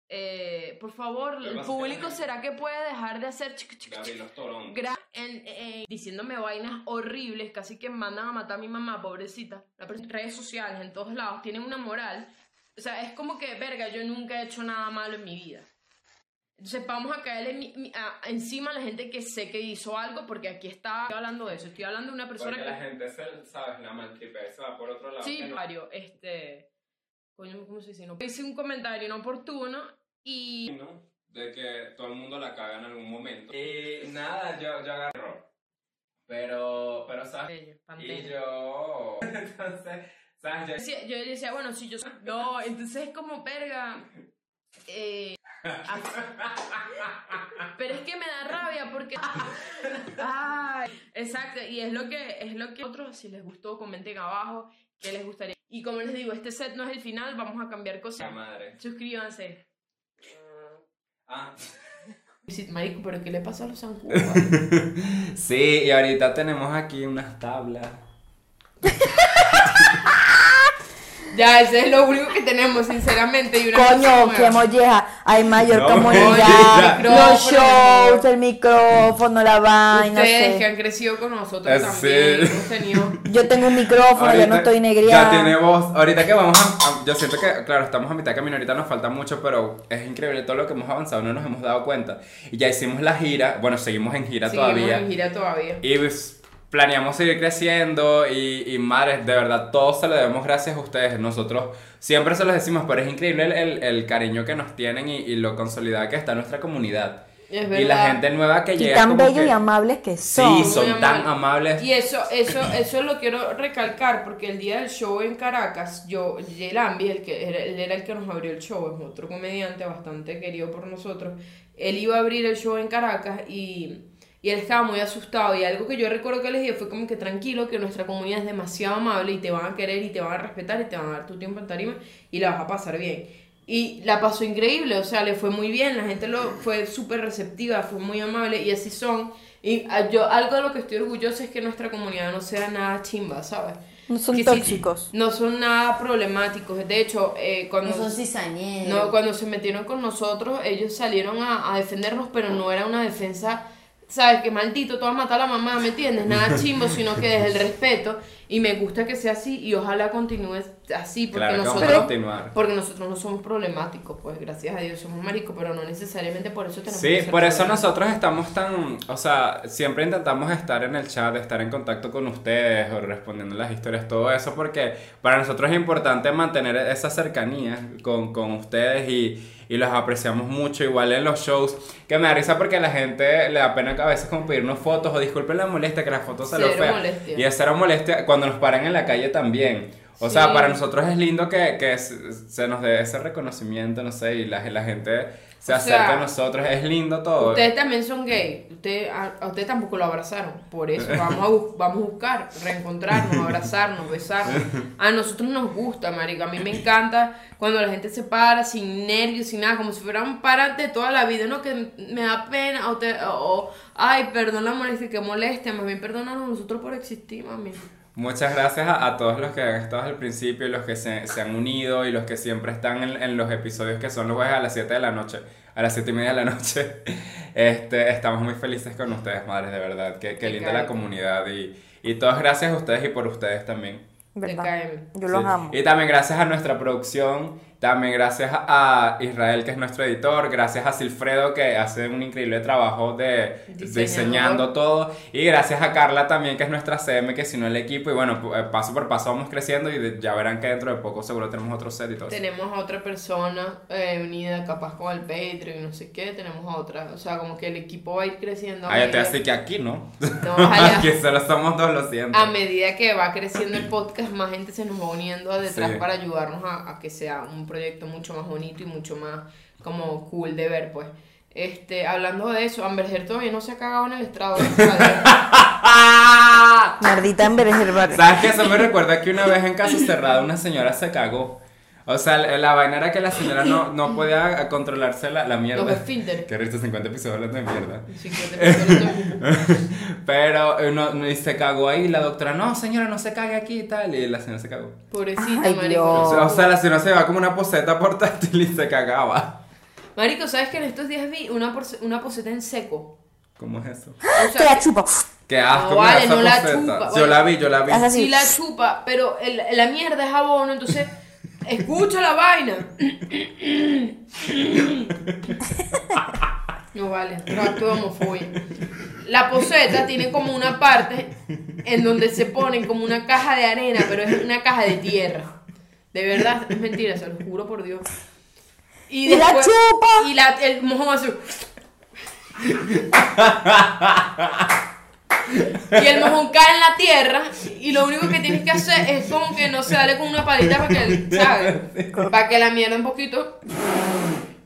B: Eh, por favor,
D: Pero
B: el
D: vas a
B: público,
D: tener-
B: ¿será que puede dejar de hacer chic, chic, chic,
D: los torontos.
B: gra- en- eh, diciéndome vainas horribles? Casi que mandan a matar a mi mamá, pobrecita. La persona en redes sociales, en todos lados, tienen una moral. O sea, es como que, verga, yo nunca he hecho nada malo en mi vida. Entonces vamos a caerle mi- mi- a- encima a la gente que sé que hizo algo, porque aquí está estoy hablando de eso. Estoy hablando de una persona
D: Porque
B: que...
D: la gente se, sabes, la maltripea y se va por otro lado.
B: Sí,
D: que no.
B: Mario, este. Coño, ¿cómo se dice? No, hice un comentario inoportuno y.
D: ¿no? De que todo el mundo la caga en algún momento. Y nada, yo, yo agarro. Pero, pero, ¿sabes?
B: Pantello,
D: Y
B: Pantello.
D: yo. [laughs] Entonces, ¿sabes? Yo-
B: Decía- Yo decía, bueno, si yo soy. No, entonces es como verga. eh, a- Pero es que me da rabia porque. Ay, exacto, y es lo que es lo que a otros, si les gustó, comenten abajo qué les gustaría. Y como les digo, este set no es el final, vamos a cambiar
D: La
B: cosas.
D: madre.
B: Suscríbanse.
D: Ah.
B: Sí, Marico, pero ¿qué le pasa a los zancudos?
D: [laughs] Sí, y ahorita tenemos aquí unas tablas.
B: ya, ese es lo único que tenemos, sinceramente. Y una cosa
C: Coño,
B: nueva.
C: qué molleja. Hay mayor
D: No, [laughs]
C: comunidad.
D: molleja.
C: Los
B: Micrófono.
C: shows, el micrófono, la vaina.
B: Ustedes
C: sé.
B: que han crecido con nosotros
D: Eh,
B: también.
D: sí.
B: Hemos tenido.
C: Yo tengo un micrófono, yo no
D: Ahorita-
C: estoy negriada.
D: Ya tiene voz. Ahorita que vamos a, a- Yo siento que, claro, estamos a mitad de camino, ahorita nos falta mucho, pero es increíble todo lo que hemos avanzado, no nos hemos dado cuenta. Y ya hicimos la gira, bueno, seguimos en gira
B: seguimos
D: todavía.
B: en gira todavía.
D: Y pues, planeamos seguir creciendo y, y madres, de verdad, todo se lo debemos gracias a ustedes. Nosotros siempre se los decimos, pero es increíble el, el- el cariño que nos tienen y, y lo consolidada que está nuestra comunidad.
B: Es
D: Y la
B: verdad.
D: gente nueva que
C: Y
D: llega.
C: tan
D: como
C: bellos
D: que-
C: y amables que son.
D: Sí, son
B: Muy
D: tan
B: amable.
D: amables.
B: Y eso, eso, eso lo quiero recalcar porque el día del show en Caracas, yo, Yelambi, el que era, él era el que nos abrió el show, es otro comediante bastante querido por nosotros. Él iba a abrir el show en Caracas y, y él estaba muy asustado. Y algo que yo recuerdo que les dije fue como que tranquilo, que nuestra comunidad es demasiado amable y te van a querer y te van a respetar y te van a dar tu tiempo en tarima y la vas a pasar bien. Y la pasó increíble, o sea, le fue muy bien, la gente lo fue súper receptiva, fue muy amable y así son. Y a- yo algo de lo que estoy orgullosa es que nuestra comunidad no sea nada chimba, ¿sabes?
C: No son
B: Que sí-
C: tóxicos.
B: no son nada problemáticos. De hecho, eh, cuando,
E: No son cizañeros.
B: no, cuando se metieron con nosotros, ellos salieron a, a defendernos, pero no era una defensa, ¿sabes? Que maldito, tú vas a matar a la mamá, ¿me entiendes?
C: [laughs]
B: Nada chimbo, sino que desde el respeto. Y me gusta que sea así y ojalá continúe así, porque
D: Claro que vamos
B: nosotros...
D: a continuar.
B: Porque nosotros no somos problemáticos, pues gracias a Dios somos maricos, pero no necesariamente por eso tenemos que
D: Sí,
B: ser
D: por eso
B: problemáticos.
D: nosotros estamos tan, o sea, siempre intentamos estar en el chat, estar en contacto con ustedes o respondiendo las historias, todo eso, porque para nosotros es importante mantener esa cercanía con, con ustedes y, y los apreciamos mucho, igual en los shows, que me da risa porque a la gente le da pena que a veces como pedirnos fotos o disculpen la molestia, que las fotos se
B: Cero
D: lo fean.
B: molestia.
D: Y es cero molestia cuando nos paran en la calle también. O sea,
B: Sí.
D: para nosotros es lindo que, que se se nos dé ese reconocimiento, no sé, y la, la gente se
B: O
D: acerca
B: sea,
D: a nosotros, es lindo todo.
B: Ustedes también son gay. Ustedes, a, a ustedes tampoco lo abrazaron. Por
D: [laughs]
B: eso vamos a, bus- vamos a buscar, reencontrarnos, abrazarnos, besarnos. A nosotros nos gusta, marico. A mí me encanta cuando la gente se para sin nervios, sin nada, como si fuera un parante de toda la vida. No, que me da pena o, te- o- ay, perdón la molestia, que moleste. Más bien, perdónanos nosotros por existir, mami.
D: Muchas gracias a, a todos los que han estado al principio, y los que se, se han unido y los que siempre están en, en los episodios que son los jueves a las 7 de la noche, a las 7 y media de la noche. [laughs] Este, estamos muy felices con ustedes, madres, de verdad. Qué, qué
B: Qué
D: linda la
B: cariño.
D: comunidad y, y todas gracias a ustedes y por ustedes también.
C: ¿Verdad?
B: TKM.
C: Yo los
D: Sí.
C: amo.
D: Y también gracias a nuestra producción, también gracias a Israel, que es nuestro editor, gracias a Silfredo, que hace un increíble trabajo de
B: Diseñador.
D: diseñando todo, y gracias a Carla también, que es nuestra CM, que si no el equipo, y bueno, pu- eh, paso por paso vamos creciendo y de- ya verán que dentro de poco seguro tenemos otro set y todo. eso.
B: Tenemos a otra persona eh, unida capaz con el Patreon y no sé qué, tenemos a otra, o sea, como que el equipo va a ir creciendo. a
D: Ah, ya te Ah,
B: medida-
D: así que aquí, ¿no? [laughs]
B: No, ojalá.
D: que solo somos dos, lo siento.
B: A medida que va creciendo
D: [clears throat]
B: el podcast, más gente se nos va uniendo a detrás
D: Sí.
B: para ayudarnos a, a que sea un proyecto mucho más bonito y mucho más como cool de ver, pues. Este, hablando de eso, Amber Heard todavía no se ha cagado en el estrado.
D: [laughs]
B: gracias a Dios.
C: Mardita en Berger
D: Ah. ¿Sabes qué? Eso me recuerda que una vez en Casa Cerrada una señora se cagó. O sea, la, la vaina era que la señora no, no podía controlarse la, la mierda.
B: Los esfínteres.
D: Qué risa, 50 episodios hablando de mierda.
B: Así que te pido que no te
D: [laughs]
B: preocupes.
D: Pero eh, no, no, y se cagó ahí. La doctora, no, señora, no se cague aquí y tal. Y la señora se cagó.
B: Pobrecita,
C: Ay,
B: marico.
D: O sea,
C: Dios.
D: o sea, la señora se va como una poseta portátil y se cagaba.
B: Marico, ¿sabes que en estos días vi una, porce- una poseta en seco?
D: ¿Cómo es eso?
B: O
C: Te la chupo.
D: Qué asco,
B: No,
D: me da
B: vale,
D: esa
B: no la
D: poceta.
B: chupa,
D: Yo
B: vale.
D: la vi, yo la vi. [laughs]
C: Haz así.
B: sí la chupa, pero el- la mierda es abono,
C: [laughs]
B: entonces escucha la vaina. No vale, no acto de homofobia. La poseta tiene como una parte en donde se ponen como una caja de arena, pero es una caja de tierra. De verdad, es mentira, se lo juro por Dios.
C: Y la chupa.
B: Y la, el mojón hace. Y el mojón cae en la tierra y lo único que tienes que hacer es como que no se dale con una palita para que, ¿sabes? Para que la mierda un poquito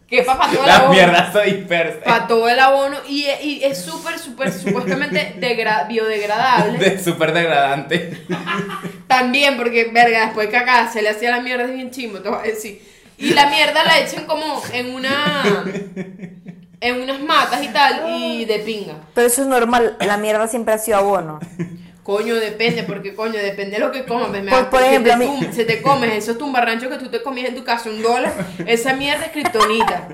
B: quepa para toda la,
D: La
B: boca
D: mierda se dispersa.
B: para todo el abono y, y es súper, súper, supuestamente degra- biodegradable.
D: De [laughs] súper degradante.
B: También, porque, verga, después de cagar se le hacía la mierda, es bien chimbo, te voy a decir. Y la mierda la echan como en una... en unas matas y tal, y de pinga.
C: Pero eso es normal, la mierda siempre ha sido abono.
B: Coño, depende, porque coño, depende de lo que comas. me
C: Por-
B: da-
C: por
B: si
C: ejemplo,
B: te
C: a mí-
B: tum- si te comes esos tumbarranchos que tú te comías en tu casa, un dólar, esa mierda es kriptonita.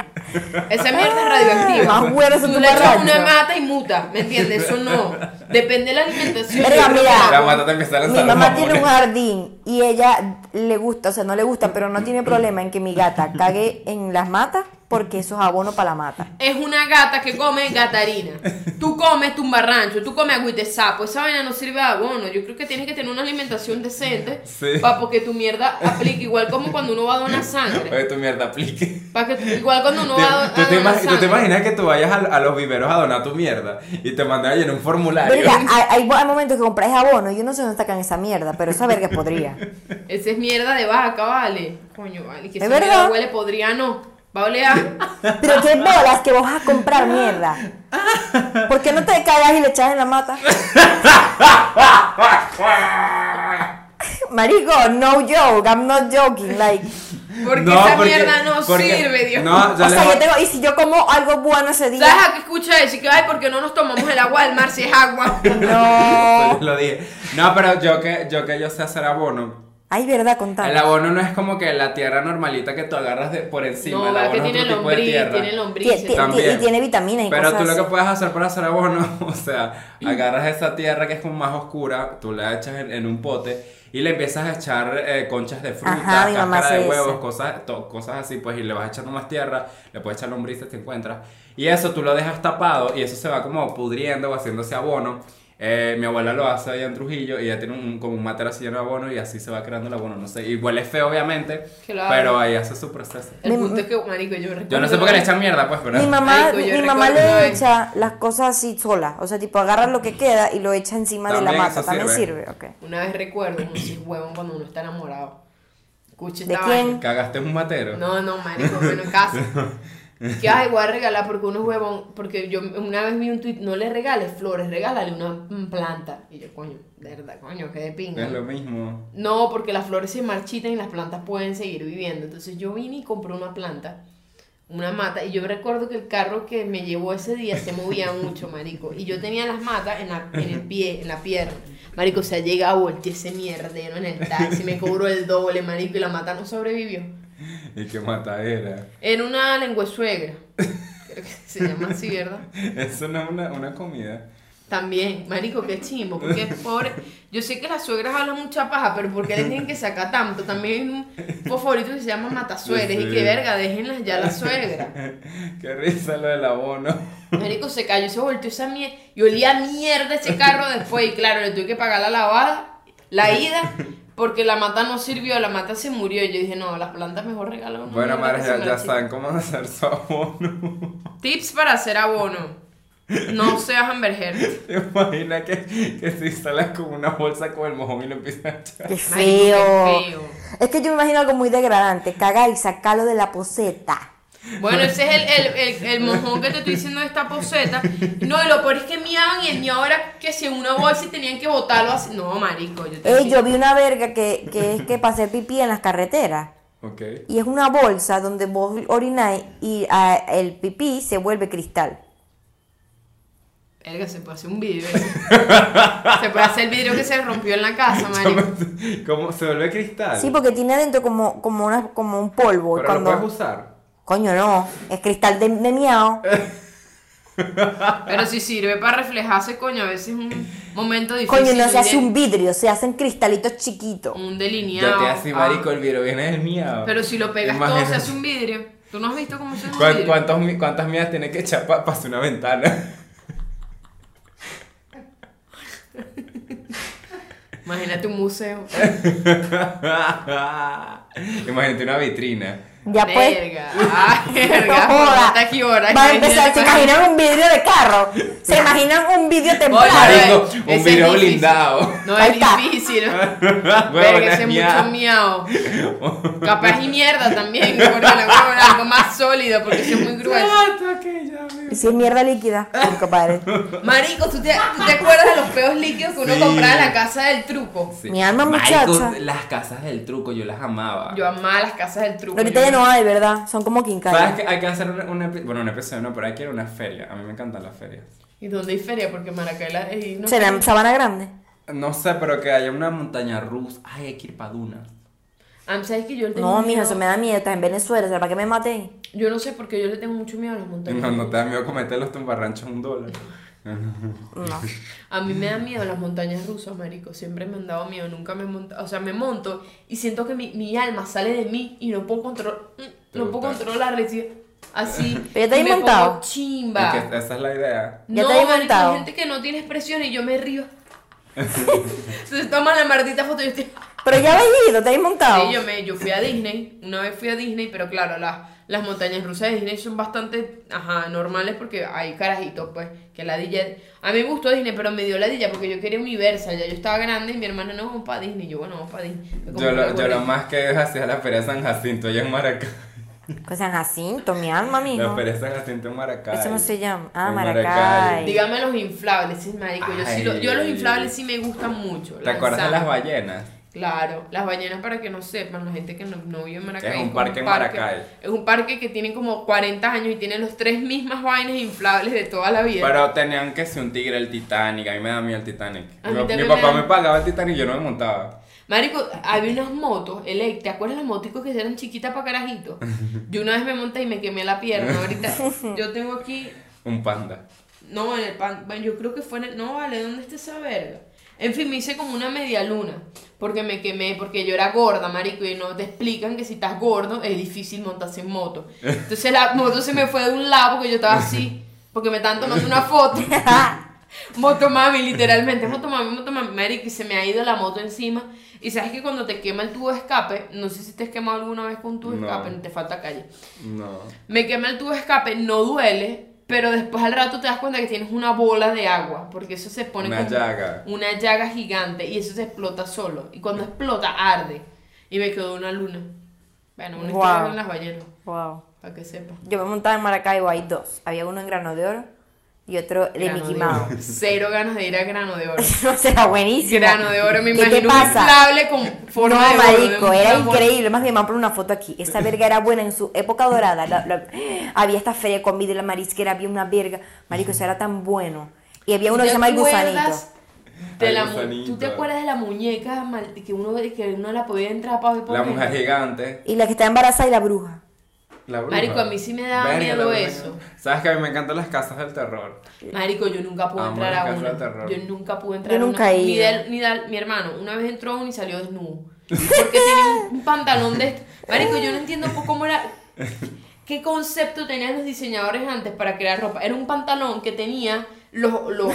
B: Esa mierda es radioactiva.
C: Más Ah, bueno esos
B: Tú le echas
C: tumbarranchos.
B: una mata y muta, ¿me entiendes? Eso no. Depende de la alimentación.
C: Verga,
B: Ah,
C: mira.
D: La mata te empieza a
C: Mi
D: lanzar los
C: mamá tiene un
D: mamones.
C: jardín y ella le gusta, o sea, no le gusta, pero no tiene problema en que mi gata cague en las matas porque eso es abono para la mata.
B: Es una gata que come gatarina. Tú comes tumbarrancho, tú comes agüita de sapo. Esa vaina no sirve de abono. Yo creo que tienes que tener una alimentación decente
D: Sí.
B: para que tu mierda aplique. Igual como cuando uno va a donar sangre.
D: Oye, tu mierda aplique.
B: Pa' que, igual cuando uno
D: Te-
B: va a,
D: ¿tú,
B: a
D: te
B: donar
D: imag- tú te
B: sangre.
D: imaginas que tú vayas a, a los viveros a donar tu mierda y te mandan a llenar un formulario?
C: Verga,
D: [laughs]
C: hay, hay- hay momentos que compráis abono y yo no sé dónde sacan esa mierda, pero esa verga podría.
B: Esa es mierda de vaca, vale. Coño, vale. Que
C: Es
B: esa mierda
C: verdad.
B: huele podriano. Va a oler
D: [laughs]
B: a-
C: Pero qué bolas que vas a comprar mierda. ¿Por qué no te cagas y le echas en la mata? [laughs] Marico, no joke, I'm not joking, like.
B: Porque
D: No,
B: esa
D: porque-
B: mierda no
D: porque-
B: sirve, Dios.
D: no,
C: O
D: Ya le
C: sea,
D: voy-
C: yo tengo, y si yo como algo bueno ese
B: ¿Sabes
C: día,
B: a qué escucha eso? Y que, ay, porque no nos tomamos el agua del mar si es
D: [laughs]
B: agua.
C: no.
D: Lo dije. No, pero yo que yo que yo sé hacer abono.
C: Ay, verdad,
D: El
C: contame.
D: abono no es como que la tierra normalita que tú agarras de, por encima.
B: no,
D: el
B: ¿verdad?
D: abono
B: Que
D: es
B: tiene
D: otro tipo de
B: lombriz,
D: tierra.
B: tiene lombriz.
C: Tie- tie-
D: También.
C: y tiene vitaminas y
D: Pero
C: cosas
D: tú lo que
C: así. Mm.
D: puedes hacer para hacer [laughs] abono, o sea, agarras esa tierra que es como más oscura, tú la echas en, en un pote y le empiezas a echar eh, conchas de fruta,
C: Ajá, mi mamá
D: cáscara de
C: hace
D: huevos,
C: eso.
D: cosas, to- cosas así, pues, y le vas echando más tierra, le puedes echar lombrices que encuentras. Y eso tú lo dejas tapado y eso se va como pudriendo o haciéndose abono. Eh, mi abuela lo hace allá en Trujillo y ya tiene un, como un matero así lleno de abono y así se va creando el abono, no sé. Y huele feo, obviamente,
B: Claro.
D: pero ahí hace su proceso.
B: El
C: Mi-
B: punto es que, marico, yo recuerdo.
D: Yo no sé por qué le echan mierda, pues, pero...
C: Mi mamá,
B: Marico, yo
C: mi mamá
B: recuerdo una
C: le
B: vez-
C: echa las cosas así sola. O sea, tipo, agarra lo que queda y lo echa encima de
D: También
C: la
D: eso
C: mata. También
D: sirve.
C: sirve, ok.
B: Una vez recuerdo, uno sí es huevón cuando uno está enamorado. Escucha
C: ¿De
B: esta
C: quién?
B: vaina.
D: Cagaste un matero.
B: No, no, marico, bueno, en
D: [laughs]
B: casa. Que ay, voy a regalar porque uno es huevón. Porque yo una vez vi un tweet, no le regales flores, regálale una mm, planta. Y yo, coño, de verdad, coño, qué de pinga.
D: Es lo mismo.
B: No, porque las flores se marchitan y las plantas pueden seguir viviendo. Entonces yo vine y compré una planta, una mata, y yo recuerdo que el carro que me llevó ese día se
D: [laughs]
B: movía mucho, marico. Y yo tenía las matas en, la- en el pie, en la pierna. Marico, o sea, llega a ese mierdero en el taxi, me cobró el doble, marico, y la mata no sobrevivió.
D: Y qué matadera.
B: Era una lengüesuegra. Creo que se llama así, ¿verdad?
D: Eso no es una, una comida.
B: También, marico, qué chimbo, porque es pobre. Yo sé que las suegras hablan mucha paja, pero ¿por qué les tienen que sacar tanto? También hay un fosforito que se llama matasuegras y
D: Sí.
B: que verga, déjenlas ya las suegras.
D: Qué risa lo del abono.
B: Marico se cayó, se volteó esa mierda y olía a mierda ese carro después. Y claro, le tuve que pagar la lavada, la ida, porque la mata no sirvió, la mata se murió. Y yo dije, no, las plantas mejor regalan una
D: Bueno,
B: mierda que
D: Mara,
B: se
D: ya, ya
B: marchita".
D: saben cómo [laughs] hacer su abono.
B: Tips para hacer abono. No seas hamburger.
D: ¿Te imaginas que, que si sales con una bolsa con el mojón y lo empiezas a echar?
C: Qué
B: Marico,
C: feo.
B: qué feo.
C: Es que yo me imagino algo muy degradante. Cagar y sacarlo de la poseta.
B: Bueno, ese es el, el, el, el mojón que te estoy diciendo de esta poseta. No, y lo peor es que miaban y el mío ahora que si en una bolsa y tenían que botarlo así. No, marico, yo te
C: Ey,
B: digo.
C: yo vi una verga que, que es que pasé pipí en las carreteras.
D: Ok.
C: Y es una bolsa donde vos orináis y ah, el pipí se vuelve cristal.
B: Verga, se puede hacer un video. ¿eh? Se puede hacer el video que se rompió en la
C: [laughs]
B: casa,
D: [laughs]
B: marico.
D: ¿Cómo se vuelve cristal?
C: Sí, porque tiene adentro como, como, una, como un polvo. y
D: Pero
C: cuando...
D: lo puedes usar.
C: Coño, no. Es cristal de, de miau.
B: Pero si sirve para reflejarse, coño, a veces es un momento difícil.
C: Coño, no se hace
B: de-
C: un vidrio, se hacen cristalitos chiquitos.
B: un
D: Ya
B: delineado.
D: te hace
B: ah.
D: marico el viro, viene el miado.
B: Pero si lo pegas todo, se
D: Imagínate.
B: hace un vidrio. ¿Tú no has visto cómo se hace un
D: ¿Cuán-
B: vidrio?
D: cuántos mi- ¿Cuántas miadas tiene que echar para pasar una ventana? [laughs]
B: Imagínate un museo.
D: Imagínate una vitrina.
C: Ya
B: [laughs]
C: pues.
B: Verga. Ay, verga.
C: [laughs] No joda.
B: Hasta aquí ahora.
C: Va a empezar, ¿se imaginan un vidrio de carro? ¿Se imaginan un vidrio templado?
D: Marico,
B: Ese
D: un
B: es
D: video
B: difícil.
D: blindado.
B: No
C: Ahí
B: es
C: está.
D: [laughs]
B: difícil.
D: Huevona,
B: Verga, ese es
D: miau.
B: mucho miau. Capaz y mierda también, porque la huevona, algo más sólido, porque ese es muy grueso.
D: Tato, que ya me
C: Si es mierda líquida, mi compadre.
B: Marico, ¿tú te, tú te acuerdas de los peos líquidos que uno
D: Sí.
B: compraba en la casa del truco?
D: Sí.
C: Mi alma,
D: Marico,
C: muchacha.
D: las casas del truco, yo las amaba.
B: Yo amaba las casas del truco.
C: Ahorita
B: yo-
C: ya no hay, ¿verdad? Son como
D: ¿Sabes
C: quincallas.
D: que hay que hacer una, una epi- bueno, una episodio no, pero hay que ir a una feria. A mí me encantan las ferias.
B: ¿Y dónde hay feria? Porque Maracaibo es... no-
C: ¿Será en Sabana Grande?
D: No sé, pero que haya una montaña rusa. Ay, hay que ir pa' dunas.
B: Ah, ¿Sabes que yo le tengo
C: No, mijo,
B: miedo?
C: eso me da miedo. Estás en Venezuela, ¿será para que me maten?
B: Yo no sé porque yo le tengo mucho miedo a las montañas.
D: No, no te da miedo cometer los tumbarranchos un dólar.
C: No.
B: A mí me da miedo las montañas rusas, marico. Siempre me han dado miedo. Nunca me he montado. O sea, me monto y siento que mi, mi alma sale de mí y no puedo controlar.
D: Te
B: No puedo
D: gusta.
B: controlarla. y sigo
D: [laughs]
B: Así.
C: Pero ya te
B: y
C: has
B: me pongo
C: montado.
B: Chimba.
D: Es que esa es la idea.
C: Ya
B: no,
C: te has
B: marico,
C: montado.
B: hay gente que no tiene expresión y yo me río. [laughs] Se toma la maldita foto y yo estoy.
C: Pero ya habéis ido, te habéis montado.
B: Sí, yo, me, yo fui a Disney, una vez fui a Disney, pero claro, las, las montañas rusas de Disney son bastante ajá, normales porque hay carajitos, pues, que la DJ... A mí me gustó Disney, pero me dio la DJ porque yo quería Universal, ya yo estaba grande y mi hermana no, vamos para Disney, yo bueno, vamos para Disney. Me compré
D: Yo
B: una
D: lo, yo lo
B: gorrita.
D: más que es hacia la feria de San Jacinto, allá en Maracay.
C: Pues San Jacinto, mi alma,
D: La
C: mijo.
D: feria de San Jacinto en Maracay.
C: Eso no se llama. Ah,
D: En
C: Maracay.
B: Dígame los inflables, sí, marico, yo, sí lo- yo los
D: Ay.
B: inflables sí me gustan mucho.
D: ¿Te
B: las
D: acuerdas de las
B: ballenas?
D: ballenas?
B: Claro, las ballenas para que no sepan, la gente que no, no vive en Maracay.
D: Es un
B: como
D: parque en Maracay.
B: Es un parque que tiene como 40 años y tiene los tres mismas vainas inflables de toda la vida.
D: Pero tenían que ser un tigre el Titanic, a mí me da miedo el Titanic.
B: A
D: Mi,
B: mí también
D: mi
B: me
D: papá
B: da-
D: me pagaba el Titanic y yo no me montaba.
B: Marico, había unas motos, elec, ¿te acuerdas las moticos que eran chiquitas para carajitos? Yo una vez me monté y me quemé la pierna. Ahorita yo tengo aquí,
D: Un panda.
B: no, en el pan, bueno, yo creo que fue en el, no vale, ¿dónde está esa verga? En fin, me hice como una media luna, porque me quemé, porque yo era gorda, marico, y no te explican que si estás gordo es difícil montarse en moto. Entonces la moto se me fue de un lado porque yo estaba así, porque me estaban tomando una foto. Motomami, literalmente, motomami, motomami, marico, y se me ha ido la moto encima. Y sabes que cuando te quema el tubo de escape, no sé si te has quemado alguna vez con tubo de
D: No.
B: escape, no te falta calle.
D: No.
B: Me quema el tubo de escape, no duele, pero después al rato te das cuenta que tienes una bola de agua, porque eso se pone
D: Una llaga.
B: una llaga gigante y eso se explota solo. Y cuando explota, arde. Y me quedó una luna. Bueno, una
C: Guau.
B: historia en las ballenas,
C: [laughs] Wow.
B: para que sepas.
C: Yo me montaba en Maracaibo, hay dos. Había uno en Grano de Oro y otro de
B: Grano
C: Mickey
B: de
C: Mouse. [laughs]
B: oro. Cero ganas de ir a grano de oro.
C: No será buenísimo.
B: Grano de oro, me
C: ¿Qué te
B: imagino un
C: pasa?
B: inflable con forma
C: no,
B: de oro, de
C: marico,
B: un
C: era
B: tambor.
C: increíble. Más bien, vamos a poner una foto aquí. Esa verga era buena en su época dorada. La- la- había esta feria de comida y la marisquera, había una verga. Marico, eso era tan bueno. Y había uno
B: ¿Te
C: que se llama El Gusanito.
B: acuerdas de
D: Al
B: la mu-
D: gusanito.
B: ¿Tú te acuerdas de la muñeca mal- que uno, que uno la podía entrar para ver por
D: La
B: dentro?
D: mujer gigante.
C: Y la que está embarazada y la bruja.
D: La bruja.
B: Marico, a mí sí me daba
D: Verga,
B: miedo
D: la bruja.
B: eso.
D: Sabes que a mí me encantan las casas del terror.
B: Marico, yo nunca pude
D: Amo
B: entrar
D: las
B: a
D: casas de
B: una.
D: terror.
B: Yo nunca pude entrar
C: Yo
B: a
C: nunca
B: una.
C: he
B: Ni
C: ido.
B: del- ni del- mi hermano, una vez entró a uno y salió desnudo. Porque tenía un pantalón de. Marico, yo no entiendo po- cómo era. ¿Qué concepto tenían los diseñadores antes para crear ropa? Era un pantalón que tenía los. los.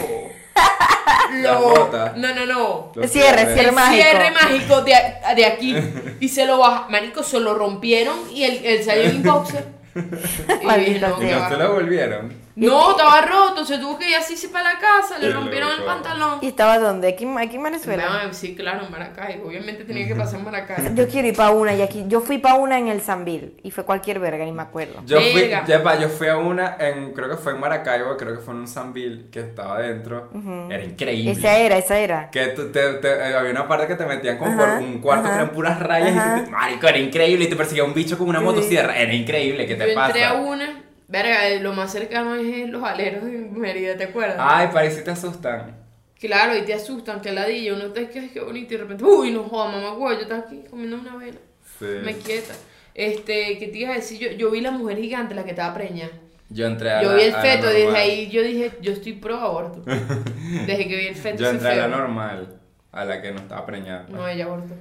D: Las botas.
B: No, no, no.
D: Los
C: Cierre,
D: cierres.
C: cierre.
B: el
C: mágico.
B: cierre mágico de, a- de aquí. Y se lo baja. Marico, se lo rompieron y él, él salió en boxer.
C: [laughs]
B: Y dije,
C: Maldito
B: no,
D: Y
B: qué
D: no
B: va.
D: se lo volvieron.
B: No, estaba roto, se tuvo que ir así sí, para la casa, le
D: Qué
B: rompieron el
D: loco.
B: pantalón.
C: ¿Y estaba dónde? Aquí, aquí en Venezuela.
B: No, sí, claro, en Maracay, obviamente tenía que pasar en
D: [laughs]
B: Maracay.
C: Yo quiero ir para una y aquí. Yo fui para una en el Sambil y fue cualquier verga, ni me acuerdo.
D: Yo fui,
B: Verga.
D: yepa, yo fui a una en, creo que fue en Maracaibo, creo que fue en un Sanville que estaba adentro. Era increíble.
C: Esa era, esa era.
D: Que tú- te- te- eh, había una parte que te metían como
C: Ajá,
D: por un cuarto
C: ajá,
D: que eran puras rayas.
C: ajá.
D: Y tú te- marico, era increíble. Y te perseguía un bicho con una motosierra. Era increíble.
B: Yo
D: ¿Qué te
B: entré
D: pasa?
B: a una, verga, eh, lo más cercano es los aleros de Mérida, ¿te acuerdas?
D: Ay, parece que te asustan.
B: Claro, y te asustan, que ladilla, uno te que qué bonito y de repente, uy, no joda, mamá, güey, yo estaba aquí comiendo una vela.
D: Sí.
B: Me quieta. Este, ¿qué te iba a decir? Yo, yo vi la mujer gigante, la que estaba preñada.
D: Yo entré a
B: Yo
D: la-
B: vi el
D: a la
B: feto, desde
D: normal.
B: ahí yo dije, yo estoy pro
D: [laughs]
B: aborto. Desde que vi el feto,
D: Yo
B: soy
D: entré a la
B: feo.
D: normal, a la que no estaba preñada. pues.
B: No, ella abortó.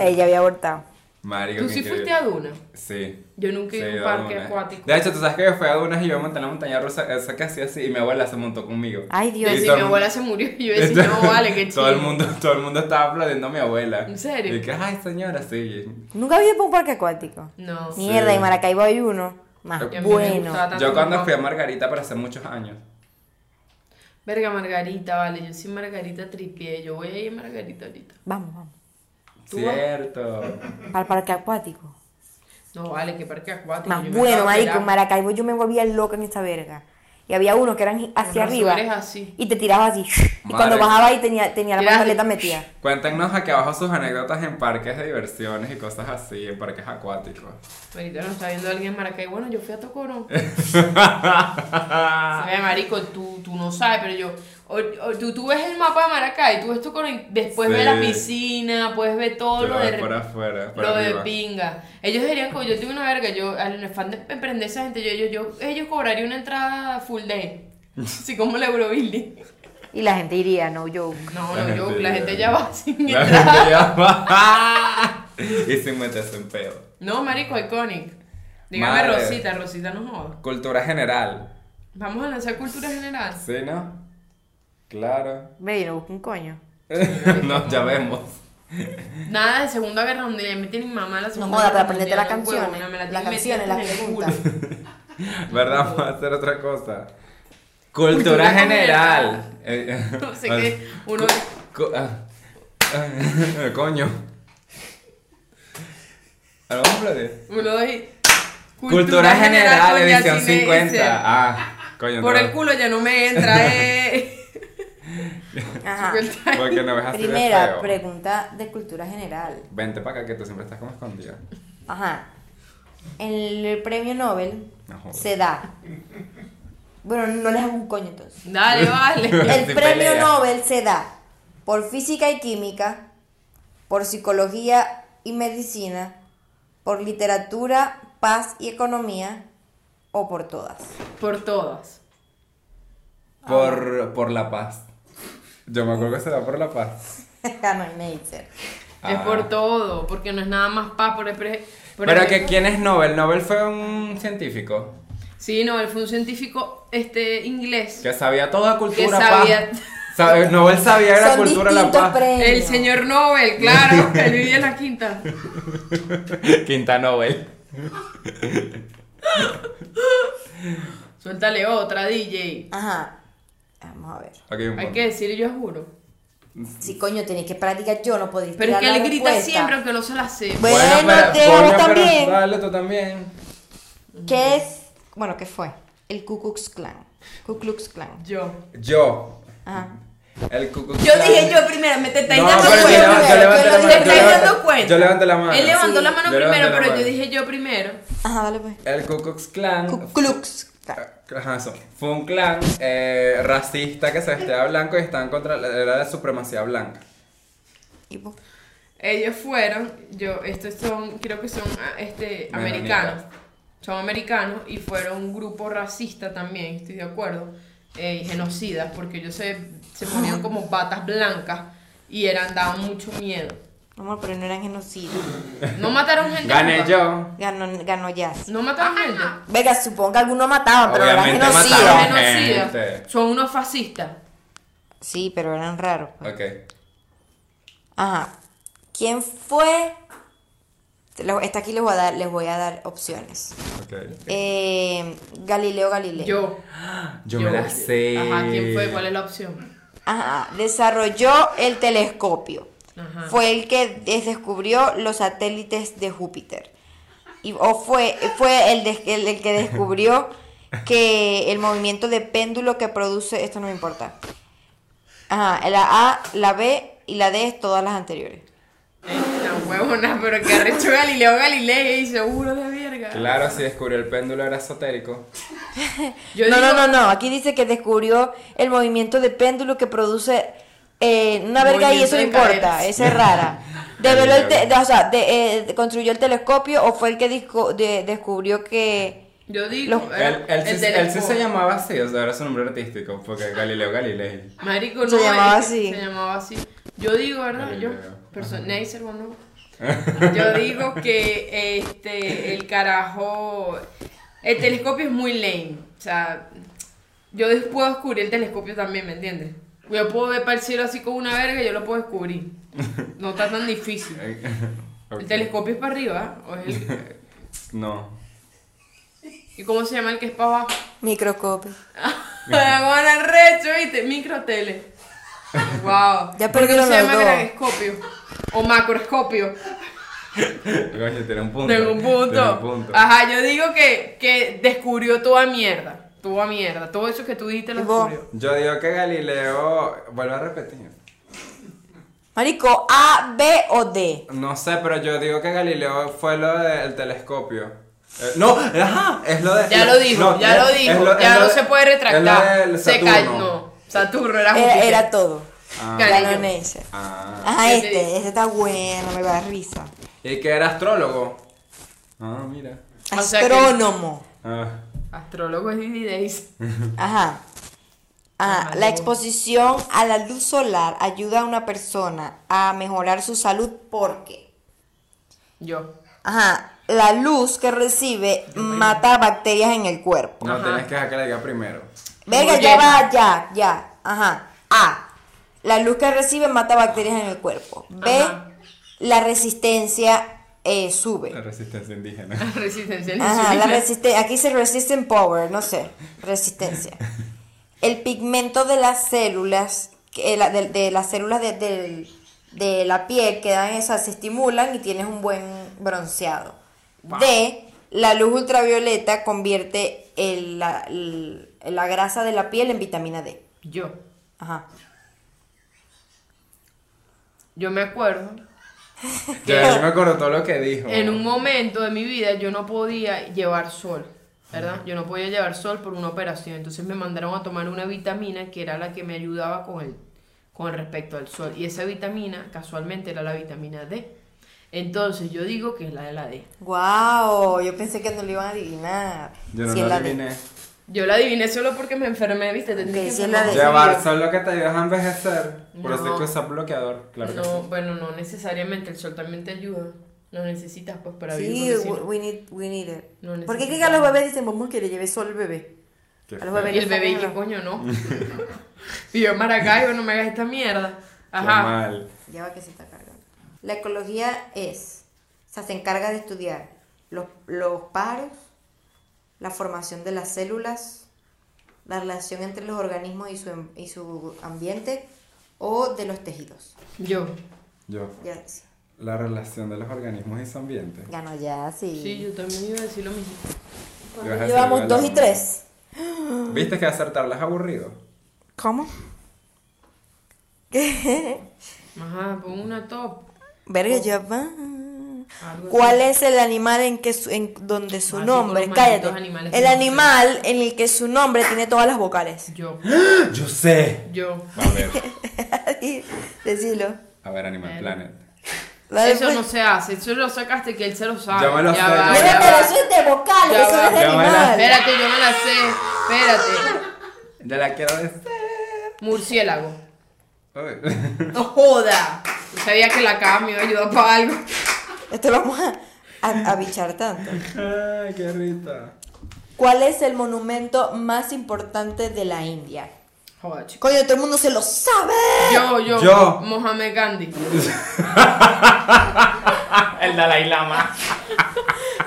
C: Ella había abortado.
D: Marico,
B: ¿Tú
D: qué
B: sí
D: increíble.
B: fuiste a Duna?
D: Sí.
B: Yo nunca he
D: Sí,
B: ido a un
D: a
B: parque
D: dunas.
B: acuático.
D: De hecho, tú sabes que yo fui a dunas y yo me monté en la montaña rusa, esa que hacía así, y mi abuela se montó conmigo.
C: Ay,
B: Yo
C: Dios.
D: Y
B: decía,
D: todo
B: mi
D: el-
B: abuela se murió y yo decía, no vale, qué chido.
D: [laughs] todo el mundo Todo el mundo estaba aplaudiendo a mi abuela.
B: ¿En serio?
D: Y que, ay, señora, sí.
C: Nunca había ido para un parque acuático.
B: No.
D: Sí.
C: Mierda, y Maracaibo hay uno. Más
D: Y a mí
B: me
C: bueno.
B: gustaba tanto.
D: Yo cuando
B: no.
D: fui a Margarita, pero hace muchos años.
B: Verga, Margarita, vale. Yo sí Margarita tripié. Yo voy a ir a Margarita ahorita.
C: Vamos, vamos.
B: ¿Tú vas? [laughs]
D: Cierto.
C: Para el parque acuático.
B: No, vale, que parque acuático.
C: Más
B: yo me
C: bueno,
B: acabo de
C: marico, en
B: enterar.
C: Maracaibo yo me volvía loca en esta verga. Y había unos que eran hacia
B: razón
C: arriba.
B: eres así.
C: Y te tirabas así. Y cuando
D: Madre.
C: bajaba ahí tenía, tenía la
B: Tirabas-
C: pantaleta metida.
D: Cuéntenos aquí abajo sus anécdotas en parques de diversiones y cosas así, en parques acuáticos.
B: Ahorita nos está viendo alguien en Maracay. Bueno, yo fui a
D: [laughs]
B: Tocorón. Se ve, marico, tú, tú no sabes, pero yo. o- o- tú, tú ves el mapa de Maracay, tú ves Tocorón, y después
D: Sí.
B: ves la piscina, puedes ver todo
D: Yo
B: lo
D: la
B: de.
D: veo por afuera, por
B: lo de
D: arriba.
B: pinga. Ellos dirían, como yo tengo una verga, yo al fan de emprender esa gente, yo, yo, yo, ellos cobrarían una entrada full
D: [laughs]
B: day. Así como el Eurobuilding.
C: Y la gente iría, no yo.
B: No,
D: La
B: no, yo,
D: gente
B: la
D: ya-
B: gente ya va [laughs] sin
D: [laughs] La
B: entrar.
D: gente ya va. [laughs] y sin meterse en pedo.
B: No, marico, iconic. Dígame
D: Madre.
B: Rosita, Rosita no joda.
D: Cultura general.
B: Vamos a lanzar cultura general.
D: ¿Sí, no? Claro. [laughs]
C: Ve, yo no busco un coño.
D: Nos ya vemos.
B: Nada de Segunda Guerra Mundial, me tienen mamá la
E: No
B: Segunda
E: moda,
B: Guerra
E: para aprenderte las
B: Mundial,
E: canciones.
B: huevona, me la
E: las
B: tienen
E: canciones,
B: metida
E: las
B: en el culo.
E: preguntas.
D: ¿Verdad? Vamos a hacer otra cosa. Cultura,
B: Cultura
D: general. Eh,
B: [laughs]
D: eh,
B: No sé
D: [laughs]
B: qué, uno-
D: co- ah, ah, [laughs] coño. Ahora vamos a aplaudir.
B: Uno, dos y-
D: Cultura, general,
B: con
D: edición
B: Yacine
D: 50.
B: Isel.
D: Ah, coño.
B: Por
D: no.
B: el culo ya no me entra,
D: [laughs]
B: eh.
C: Ajá.
D: Porque no ves así de
C: Primera
D: feo.
C: pregunta de cultura general.
D: Vente para acá que tú siempre estás como escondida.
C: Ajá. El premio Nobel
D: No jodas.
C: se da. Bueno, no les hago un coño entonces.
D: [laughs]
B: Dale, vale.
C: El
D: Sin
C: premio
D: pelea.
C: Nobel se da por física y química, por psicología y medicina, por literatura, paz y economía, o por todas. [laughs]
B: Por todas.
D: Por, por la paz. Yo me acuerdo que se da por la paz.
C: Ganó Neitzer.
B: Es
D: Ah.
B: por todo, porque no es nada más paz por el pre- por
D: Pero
B: el-
D: que quién es Nobel? Nobel fue un científico
B: Sí, no, él fue un científico este inglés.
D: que sabía toda cultura
B: Que sabía-
D: paz. Sabe- Nobel sabía era
C: Son
D: cultura la
C: distintos
D: paz.
C: premios.
B: El señor Nobel,
D: [laughs]
B: claro, él vivía en la quinta.
D: Quinta Nobel.
B: Suéltale otra, DJ.
C: Ajá. Vamos a ver.
D: Ok, un
B: Hay
D: punto.
B: que decir, yo juro.
C: Si coño tenéis que practicar, yo no podéis.
B: Pero es
C: tirar
B: que
C: la
B: él grita
C: respuesta.
B: siempre aunque no se la sé.
C: Bueno, te hago
D: coño, pero
C: también.
D: Dale tú también.
C: ¿Qué es? Bueno, ¿qué fue? El Ku Klux Klan. Ku Klux Klan.
B: Yo.
D: Yo.
C: Ajá.
D: El Ku Klux
B: Yo
D: Klan.
B: dije yo primero, me te estáis
D: No,
B: dando
D: pero yo
B: cuenta.
D: levanto- yo levanto la
B: te
D: mano, yo
B: estáis
D: levanto-
B: dando cuenta.
D: yo levanto la mano.
B: Él levantó
C: Sí.
B: la mano
D: Yo levanto
B: primero,
D: la
B: pero
D: mano.
B: yo dije yo primero.
C: Ajá, dale pues.
D: El Ku Klux Klan.
C: Ku Klux Klan.
D: Ajá, eso. Fue un clan eh, racista que se vestía de blanco y estaban contra la era de supremacía blanca.
C: Y pues, vos.
B: Ellos fueron, yo, estos son, creo que son ah, este,
D: Menonitas.
B: americanos. Son americanos y fueron un grupo racista también, estoy de acuerdo. eh, y genocidas, porque ellos se, se ponían como patas blancas y eran, daban mucho miedo.
C: No, amor, pero no eran genocidios.
B: No mataron gente.
D: Gané
B: nunca.
D: yo.
C: Ganó, ganó Jazz.
B: No mataron gente.
C: Venga, supongo que algunos mataban, pero eran
D: Obviamente
C: genocidas.
B: Son
D: mataron.
B: genocidas.
D: gente.
B: Son unos fascistas.
C: Sí, pero eran raros. pues.
D: Ok.
C: Ajá. ¿Quién fue? Te lo- Esta aquí les voy a dar, les voy a dar opciones.
D: Ok.
C: Eh, Galileo Galilei.
B: Yo.
D: Yo, me la sé.
B: Ajá, ¿quién fue? ¿Cuál es la opción?
C: Ajá. Desarrolló el telescopio.
B: Ajá.
C: Fue el que des- descubrió los satélites de Júpiter. Y, o fue, fue el, des- el- el
B: [laughs]
C: que descubrió que el movimiento de péndulo que produce. Esto no me importa. Ajá. La A, la B y la D es todas las anteriores.
B: La huevona, pero que arrecho Galileo Galilei, seguro de verga.
D: Claro, si descubrió el péndulo era esotérico.
B: Yo
C: no,
B: digo-
C: no, no, no. Aquí dice que descubrió el movimiento de péndulo que produce eh, una verga y
B: Movimiento
C: eso no
B: de
C: importa.
B: caderas.
C: Esa
B: [laughs]
C: es rara. Develó el te- o sea, de- eh, construyó el telescopio o fue el que disco- de- descubrió que.
B: Yo digo.
C: Los-
B: era
D: Él, él sí- él sí,
B: teléfono.
D: se llamaba así, o sea, era su nombre artístico, porque Galileo Galilei.
B: Marico, no.
C: Se llamaba
B: es-
C: así.
B: Se llamaba así. Yo digo, ¿verdad? Yo.
D: Galileo.
B: perso- Neisser,
D: [laughs]
B: bueno. Yo digo que este. El carajo. El telescopio es muy lame. O sea. Yo des- puedo descubrir el telescopio también, ¿me entiendes? Yo puedo ver para el cielo así con una verga y yo lo puedo descubrir. No está tan difícil.
D: [laughs] Ok.
B: El telescopio es para arriba. ¿ah? ¿O es el-
D: No.
B: ¿Y cómo se llama el que es para abajo?
C: Microscopio.
B: [laughs] Ahora recho, ¿viste? Microtele. Wow.
C: Ya
B: ¿Por qué
C: [laughs] perdieron
B: no se
C: los
B: llama
C: dos.
B: grandscopio? O macroscopio.
D: Coño, tiene un punto.
B: Tengo un
D: Tiene un
B: punto. Ah.
D: punto.
B: Ajá, yo digo que, que descubrió toda mierda. Toda mierda. Todo eso que tú dijiste lo
C: Y vos.
B: descubrió.
D: Yo digo que Galileo. Vuelvo a repetir.
C: Marico, A, B o D.
D: No sé, pero yo digo que Galileo fue lo del telescopio. Eh, no, ajá, es lo de.
B: Ya lo dijo,
D: no,
B: ya lo
D: es- es
B: dijo.
D: lo- es
B: ya
D: lo
B: no
D: de-
B: se puede
D: es lo
B: retractar.
D: del
B: Se
D: Saturno.
B: cayó. Saturno era
C: Era,
B: Júpiter.
C: era todo.
D: Ah.
B: Galileo.
C: Ganó Nature.
D: Ah.
B: ¿Qué
C: Ajá,
B: te
C: este,
B: dice?
C: este está bueno, me va a dar risa.
D: Y que era astrólogo. Ah, mira.
B: O sea que-
C: Astrónomo.
D: Ah.
B: Astrólogo es Didi Days.
C: Ajá. Ajá,
B: Ajá,
C: La
B: luego.
C: exposición a la luz solar ayuda a una persona a mejorar su salud porque,
B: Yo. [laughs]
C: ajá, la luz que recibe mata bacterias en el cuerpo.
D: No,
B: Ajá.
D: tienes que dejar que la diga primero.
C: Verga,
B: Muy
C: ya
B: bien.
C: va, ya, ya. Ajá. A. La luz que recibe mata bacterias en el cuerpo. B.
B: Ajá.
C: La resistencia eh,
D: La
C: sube.
D: resistencia indígena.
B: Resistencia a la
C: Ajá, la
B: insulina.
C: resiste aquí se resisten power, no sé,
B: [laughs]
C: resistencia. El pigmento de las células, que eh, la- de, de las células de, del- de la piel quedan esas, se estimulan y tienes un buen bronceado. D, la luz ultravioleta convierte el- la, el- la grasa de la piel en vitamina D.
B: Yo.
C: Ajá.
B: Yo me acuerdo.
D: [laughs] Yo ya me acuerdo todo lo que dijo.
B: En un momento de mi vida yo no podía llevar sol, ¿verdad? Yo no podía llevar sol por una operación. Entonces me mandaron a tomar una vitamina que era la que me ayudaba con, el, con respecto al sol. Y esa vitamina, casualmente, era la vitamina D. Entonces yo digo que es la de la D.
C: Wow, yo pensé que no lo iban a adivinar.
D: Yo no
C: Si
D: lo
C: es la D.
D: adiviné.
B: Yo la adiviné solo porque me enfermé, ¿viste? Tenía
C: Ok,
B: que
C: sí es la
B: enfermarme.
C: D.
D: Llevar solo que te ayudas a envejecer. Por eso
B: No.
D: es que usas bloqueador. Claro que
B: No,
D: sí.
B: bueno, no necesariamente. El sol también te ayuda. Lo necesitas, pues, para
C: Sí,
B: vivir. porque si
C: we,
B: no-
C: we need, we need it.
B: No
C: ¿Por qué
B: necesitamos.
C: que a los bebés dicen, vamos que le lleve sol al bebé?
D: Qué
C: A los
D: feo.
B: Y
C: bebés
B: el bebé, ¿y ¿qué coño no? y yo en Maracaibo, no me hagas esta mierda.
D: Qué
B: Ajá.
D: mal.
C: Ya va que se está cargando. La ecología es, o sea, se encarga de estudiar los, los pájaros, la formación de las células, la relación entre los organismos y su, em- y su ambiente o de los tejidos.
B: Yo.
D: Yo.
C: Ya, sí.
D: La relación de los organismos y su ambiente.
C: ganó ya, sí.
B: Sí, yo también iba a decir lo mismo.
D: Ibas a decir
C: Llevamos
D: algo
C: dos
D: de
C: y
D: la-
C: tres.
D: ¿Viste que acertarlas es aburrido?
C: ¿Cómo? [laughs]
B: Ajá, pon una top. Oh.
C: Verga, ya va.
B: Algo
C: ¿Cuál es el animal en que su- en donde su
B: Ah, sí,
C: nombre?
B: con los
C: Cállate.
B: malditos animales que
C: El
B: no sé.
C: animal en el que su nombre tiene todas las vocales. [laughs]
B: Yo.
D: Yo sé.
B: Yo.
D: A ver,
C: Decilo.
D: a ver Animal
B: Bueno.
D: Planet.
C: Dale,
B: eso
C: pues.
B: no se hace. Eso lo sacaste que él se lo sabe.
D: Ya me lo sé, ya
B: va,
D: me lo
B: ya
C: Mira,
D: sé.
B: va.
C: pero eso es de vocales,
B: Ya
C: eso
B: va.
C: no es de
D: Ya va, ya.
C: animal.
B: Espérate, yo me la sé. Espérate.
D: Ya la quiero decir.
B: Murciélago.
D: Uy. [laughs]
B: No joda. Yo sabía que la cama me iba a ayudar para algo.
C: Esto lo vamos a, a- a bichar tanto.
D: Ay, qué rica.
C: ¿Cuál es el monumento más importante de la India?
B: Joda, chico.
C: Coño, todo el mundo se lo sabe.
B: Yo, yo.
D: Yo.
B: Mohamed Gandhi.
D: El Dalai Lama.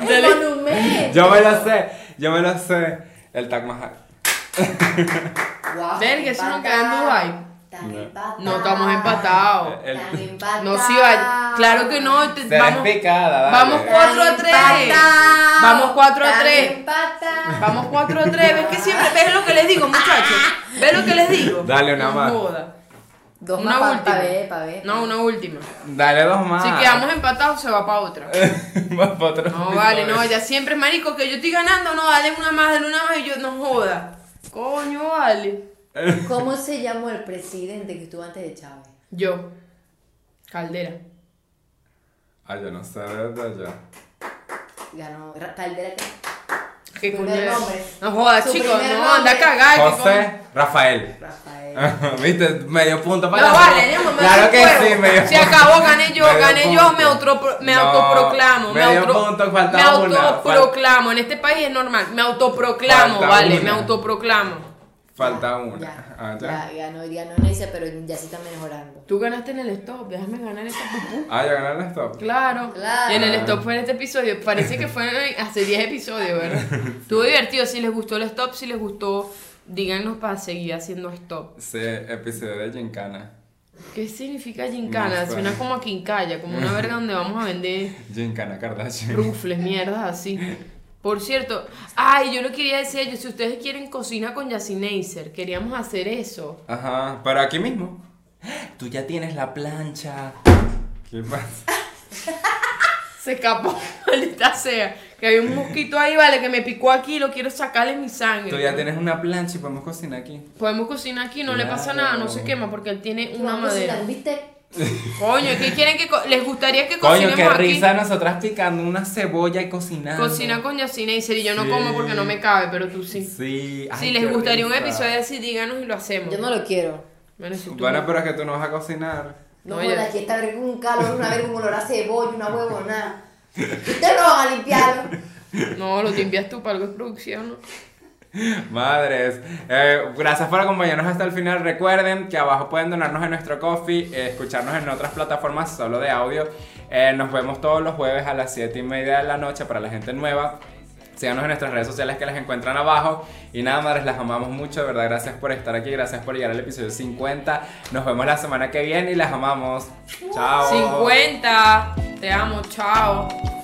B: Dale.
D: Yo me lo sé, yo me lo sé. El Taj Mahal.
E: Guau,
B: Verga, eso no queda en
E: empatado.
B: Dubái.
E: Tan
D: No.
E: empatado.
B: No estamos empatados.
D: El-
E: Tan empatado.
B: No, sí, vaya. Claro que no. te-
D: Será
B: vamos,
D: picada, dale.
B: vamos cuatro a
E: Tan
B: tres.
E: empatado.
B: Vamos cuatro a
E: Tan
B: tres.
E: empatado.
B: Vamos 4 3, ves que siempre, ves lo que les digo, muchachos. Ves lo que les digo.
D: Dale una
B: No
D: más.
B: joda.
E: Dos
B: una
E: más pa-
B: última.
E: pa' ver, pa' ver.
B: No, una última.
D: Dale dos más.
B: Si quedamos empatados, se va para otra.
D: Eh, [laughs] Vamos para otro
B: No, vale, no,
D: episodio.
B: ya siempre es marico que yo estoy ganando, no, dale una más, dale una más y yo no joda. Coño, vale.
E: ¿Cómo se llamó el presidente que estuvo antes de Chávez?
B: Yo. Caldera.
D: Ay, yo no sé de verdad
E: Ganó Ra- Caldera.
B: ¿Qué
E: Primer
B: coño es?
E: nombre.
B: No joda,
E: Su
B: chicos,
E: primer
B: no, anda a
E: nombre.
B: cagar.
D: ya.
B: que
D: José Rafael.
E: Rafael.
D: [laughs] Viste, medio punto
B: coño.
D: para
B: No
D: las dos.
B: vale, yo me meto
D: Claro
B: un
D: que
B: cuervo.
D: sí, medio
B: Se acabó, gané yo,
D: medio
B: gané yo, me,
D: punto.
B: autopro- me
D: No,
B: autoproclamo. Me,
D: medio
B: autopro-
D: punto,
B: me
D: faltaba una, fal-
B: autoproclamo. En este país es normal. Me autoproclamo,
D: Falta
B: vale,
D: una.
B: me autoproclamo.
D: Falta una.
E: Ya,
D: Ah, ya.
E: ya, ganó, ganó Neisa, pero ya sí está mejorando.
B: Tú ganaste en el stop, déjame ganar esta pupú.
D: Ah, ya ganaron el stop.
B: Claro.
E: Claro.
B: Y en el stop fue en este episodio. Parece que fue en- hace 10 episodios,
D: [laughs]
B: ¿verdad? Estuvo divertido. Si les gustó el stop, si les gustó, díganos para seguir haciendo stop.
D: Sí, episodio de Gincana.
B: ¿Qué significa gincana?
D: No pues. sé.
B: Suena como a quincalla, como una verga donde vamos a vender
D: Gincana Kardashian.
B: rufles, mierdas así. Por cierto, ay, yo lo quería decir, yo, si ustedes quieren cocina con Yacineiser, queríamos hacer eso.
D: Ajá, pero aquí mismo. Tú ya tienes la plancha. ¿Qué pasa?
B: Se escapó, [laughs] maldita sea. Que había un mosquito ahí, vale, que me picó aquí y lo quiero sacarle mi sangre.
D: Tú ya tienes una plancha y podemos cocinar aquí.
B: Podemos cocinar aquí, no le pasa
D: Claro.
B: nada, no se quema porque él tiene una
E: Vamos a cocinar,
B: madera.
E: ¿viste?
B: Coño, ¿qué quieren que co- les gustaría que
D: Coño,
B: cocinemos
D: qué
B: aquí?
D: risa nosotras picando una cebolla y cocinando.
B: Cocina con Yacineiser y yo no
D: Sí.
B: como porque no me cabe, pero tú sí.
D: Sí. ay,
B: si les
D: qué
B: gustaría un
D: risa.
B: episodio así, díganos y lo hacemos.
E: Yo no lo quiero.
B: Bueno, si tú-
D: Bueno, pero es que tú no vas a cocinar.
E: No,
B: No,
E: jodas,
B: ya-
E: aquí está verga un calor, una verga un olor a cebolla, una
B: [laughs]
E: huevonada. Ustedes no van a limpiarlo.
B: No, lo limpias tú para algo es producción. ¿no?
D: [laughs] Madres, eh, gracias por acompañarnos hasta el final. Recuerden que abajo pueden donarnos en nuestro coffee, eh, escucharnos en otras plataformas solo de audio. Eh, nos vemos todos los jueves a las 7 y media de la noche para la gente nueva. Síganos en nuestras redes sociales que las encuentran abajo. Y nada, madres, las amamos mucho. De verdad, gracias por estar aquí. Gracias por llegar al episodio 50. Nos vemos la semana que viene y las amamos. Chao.
B: 50. Te amo, chao.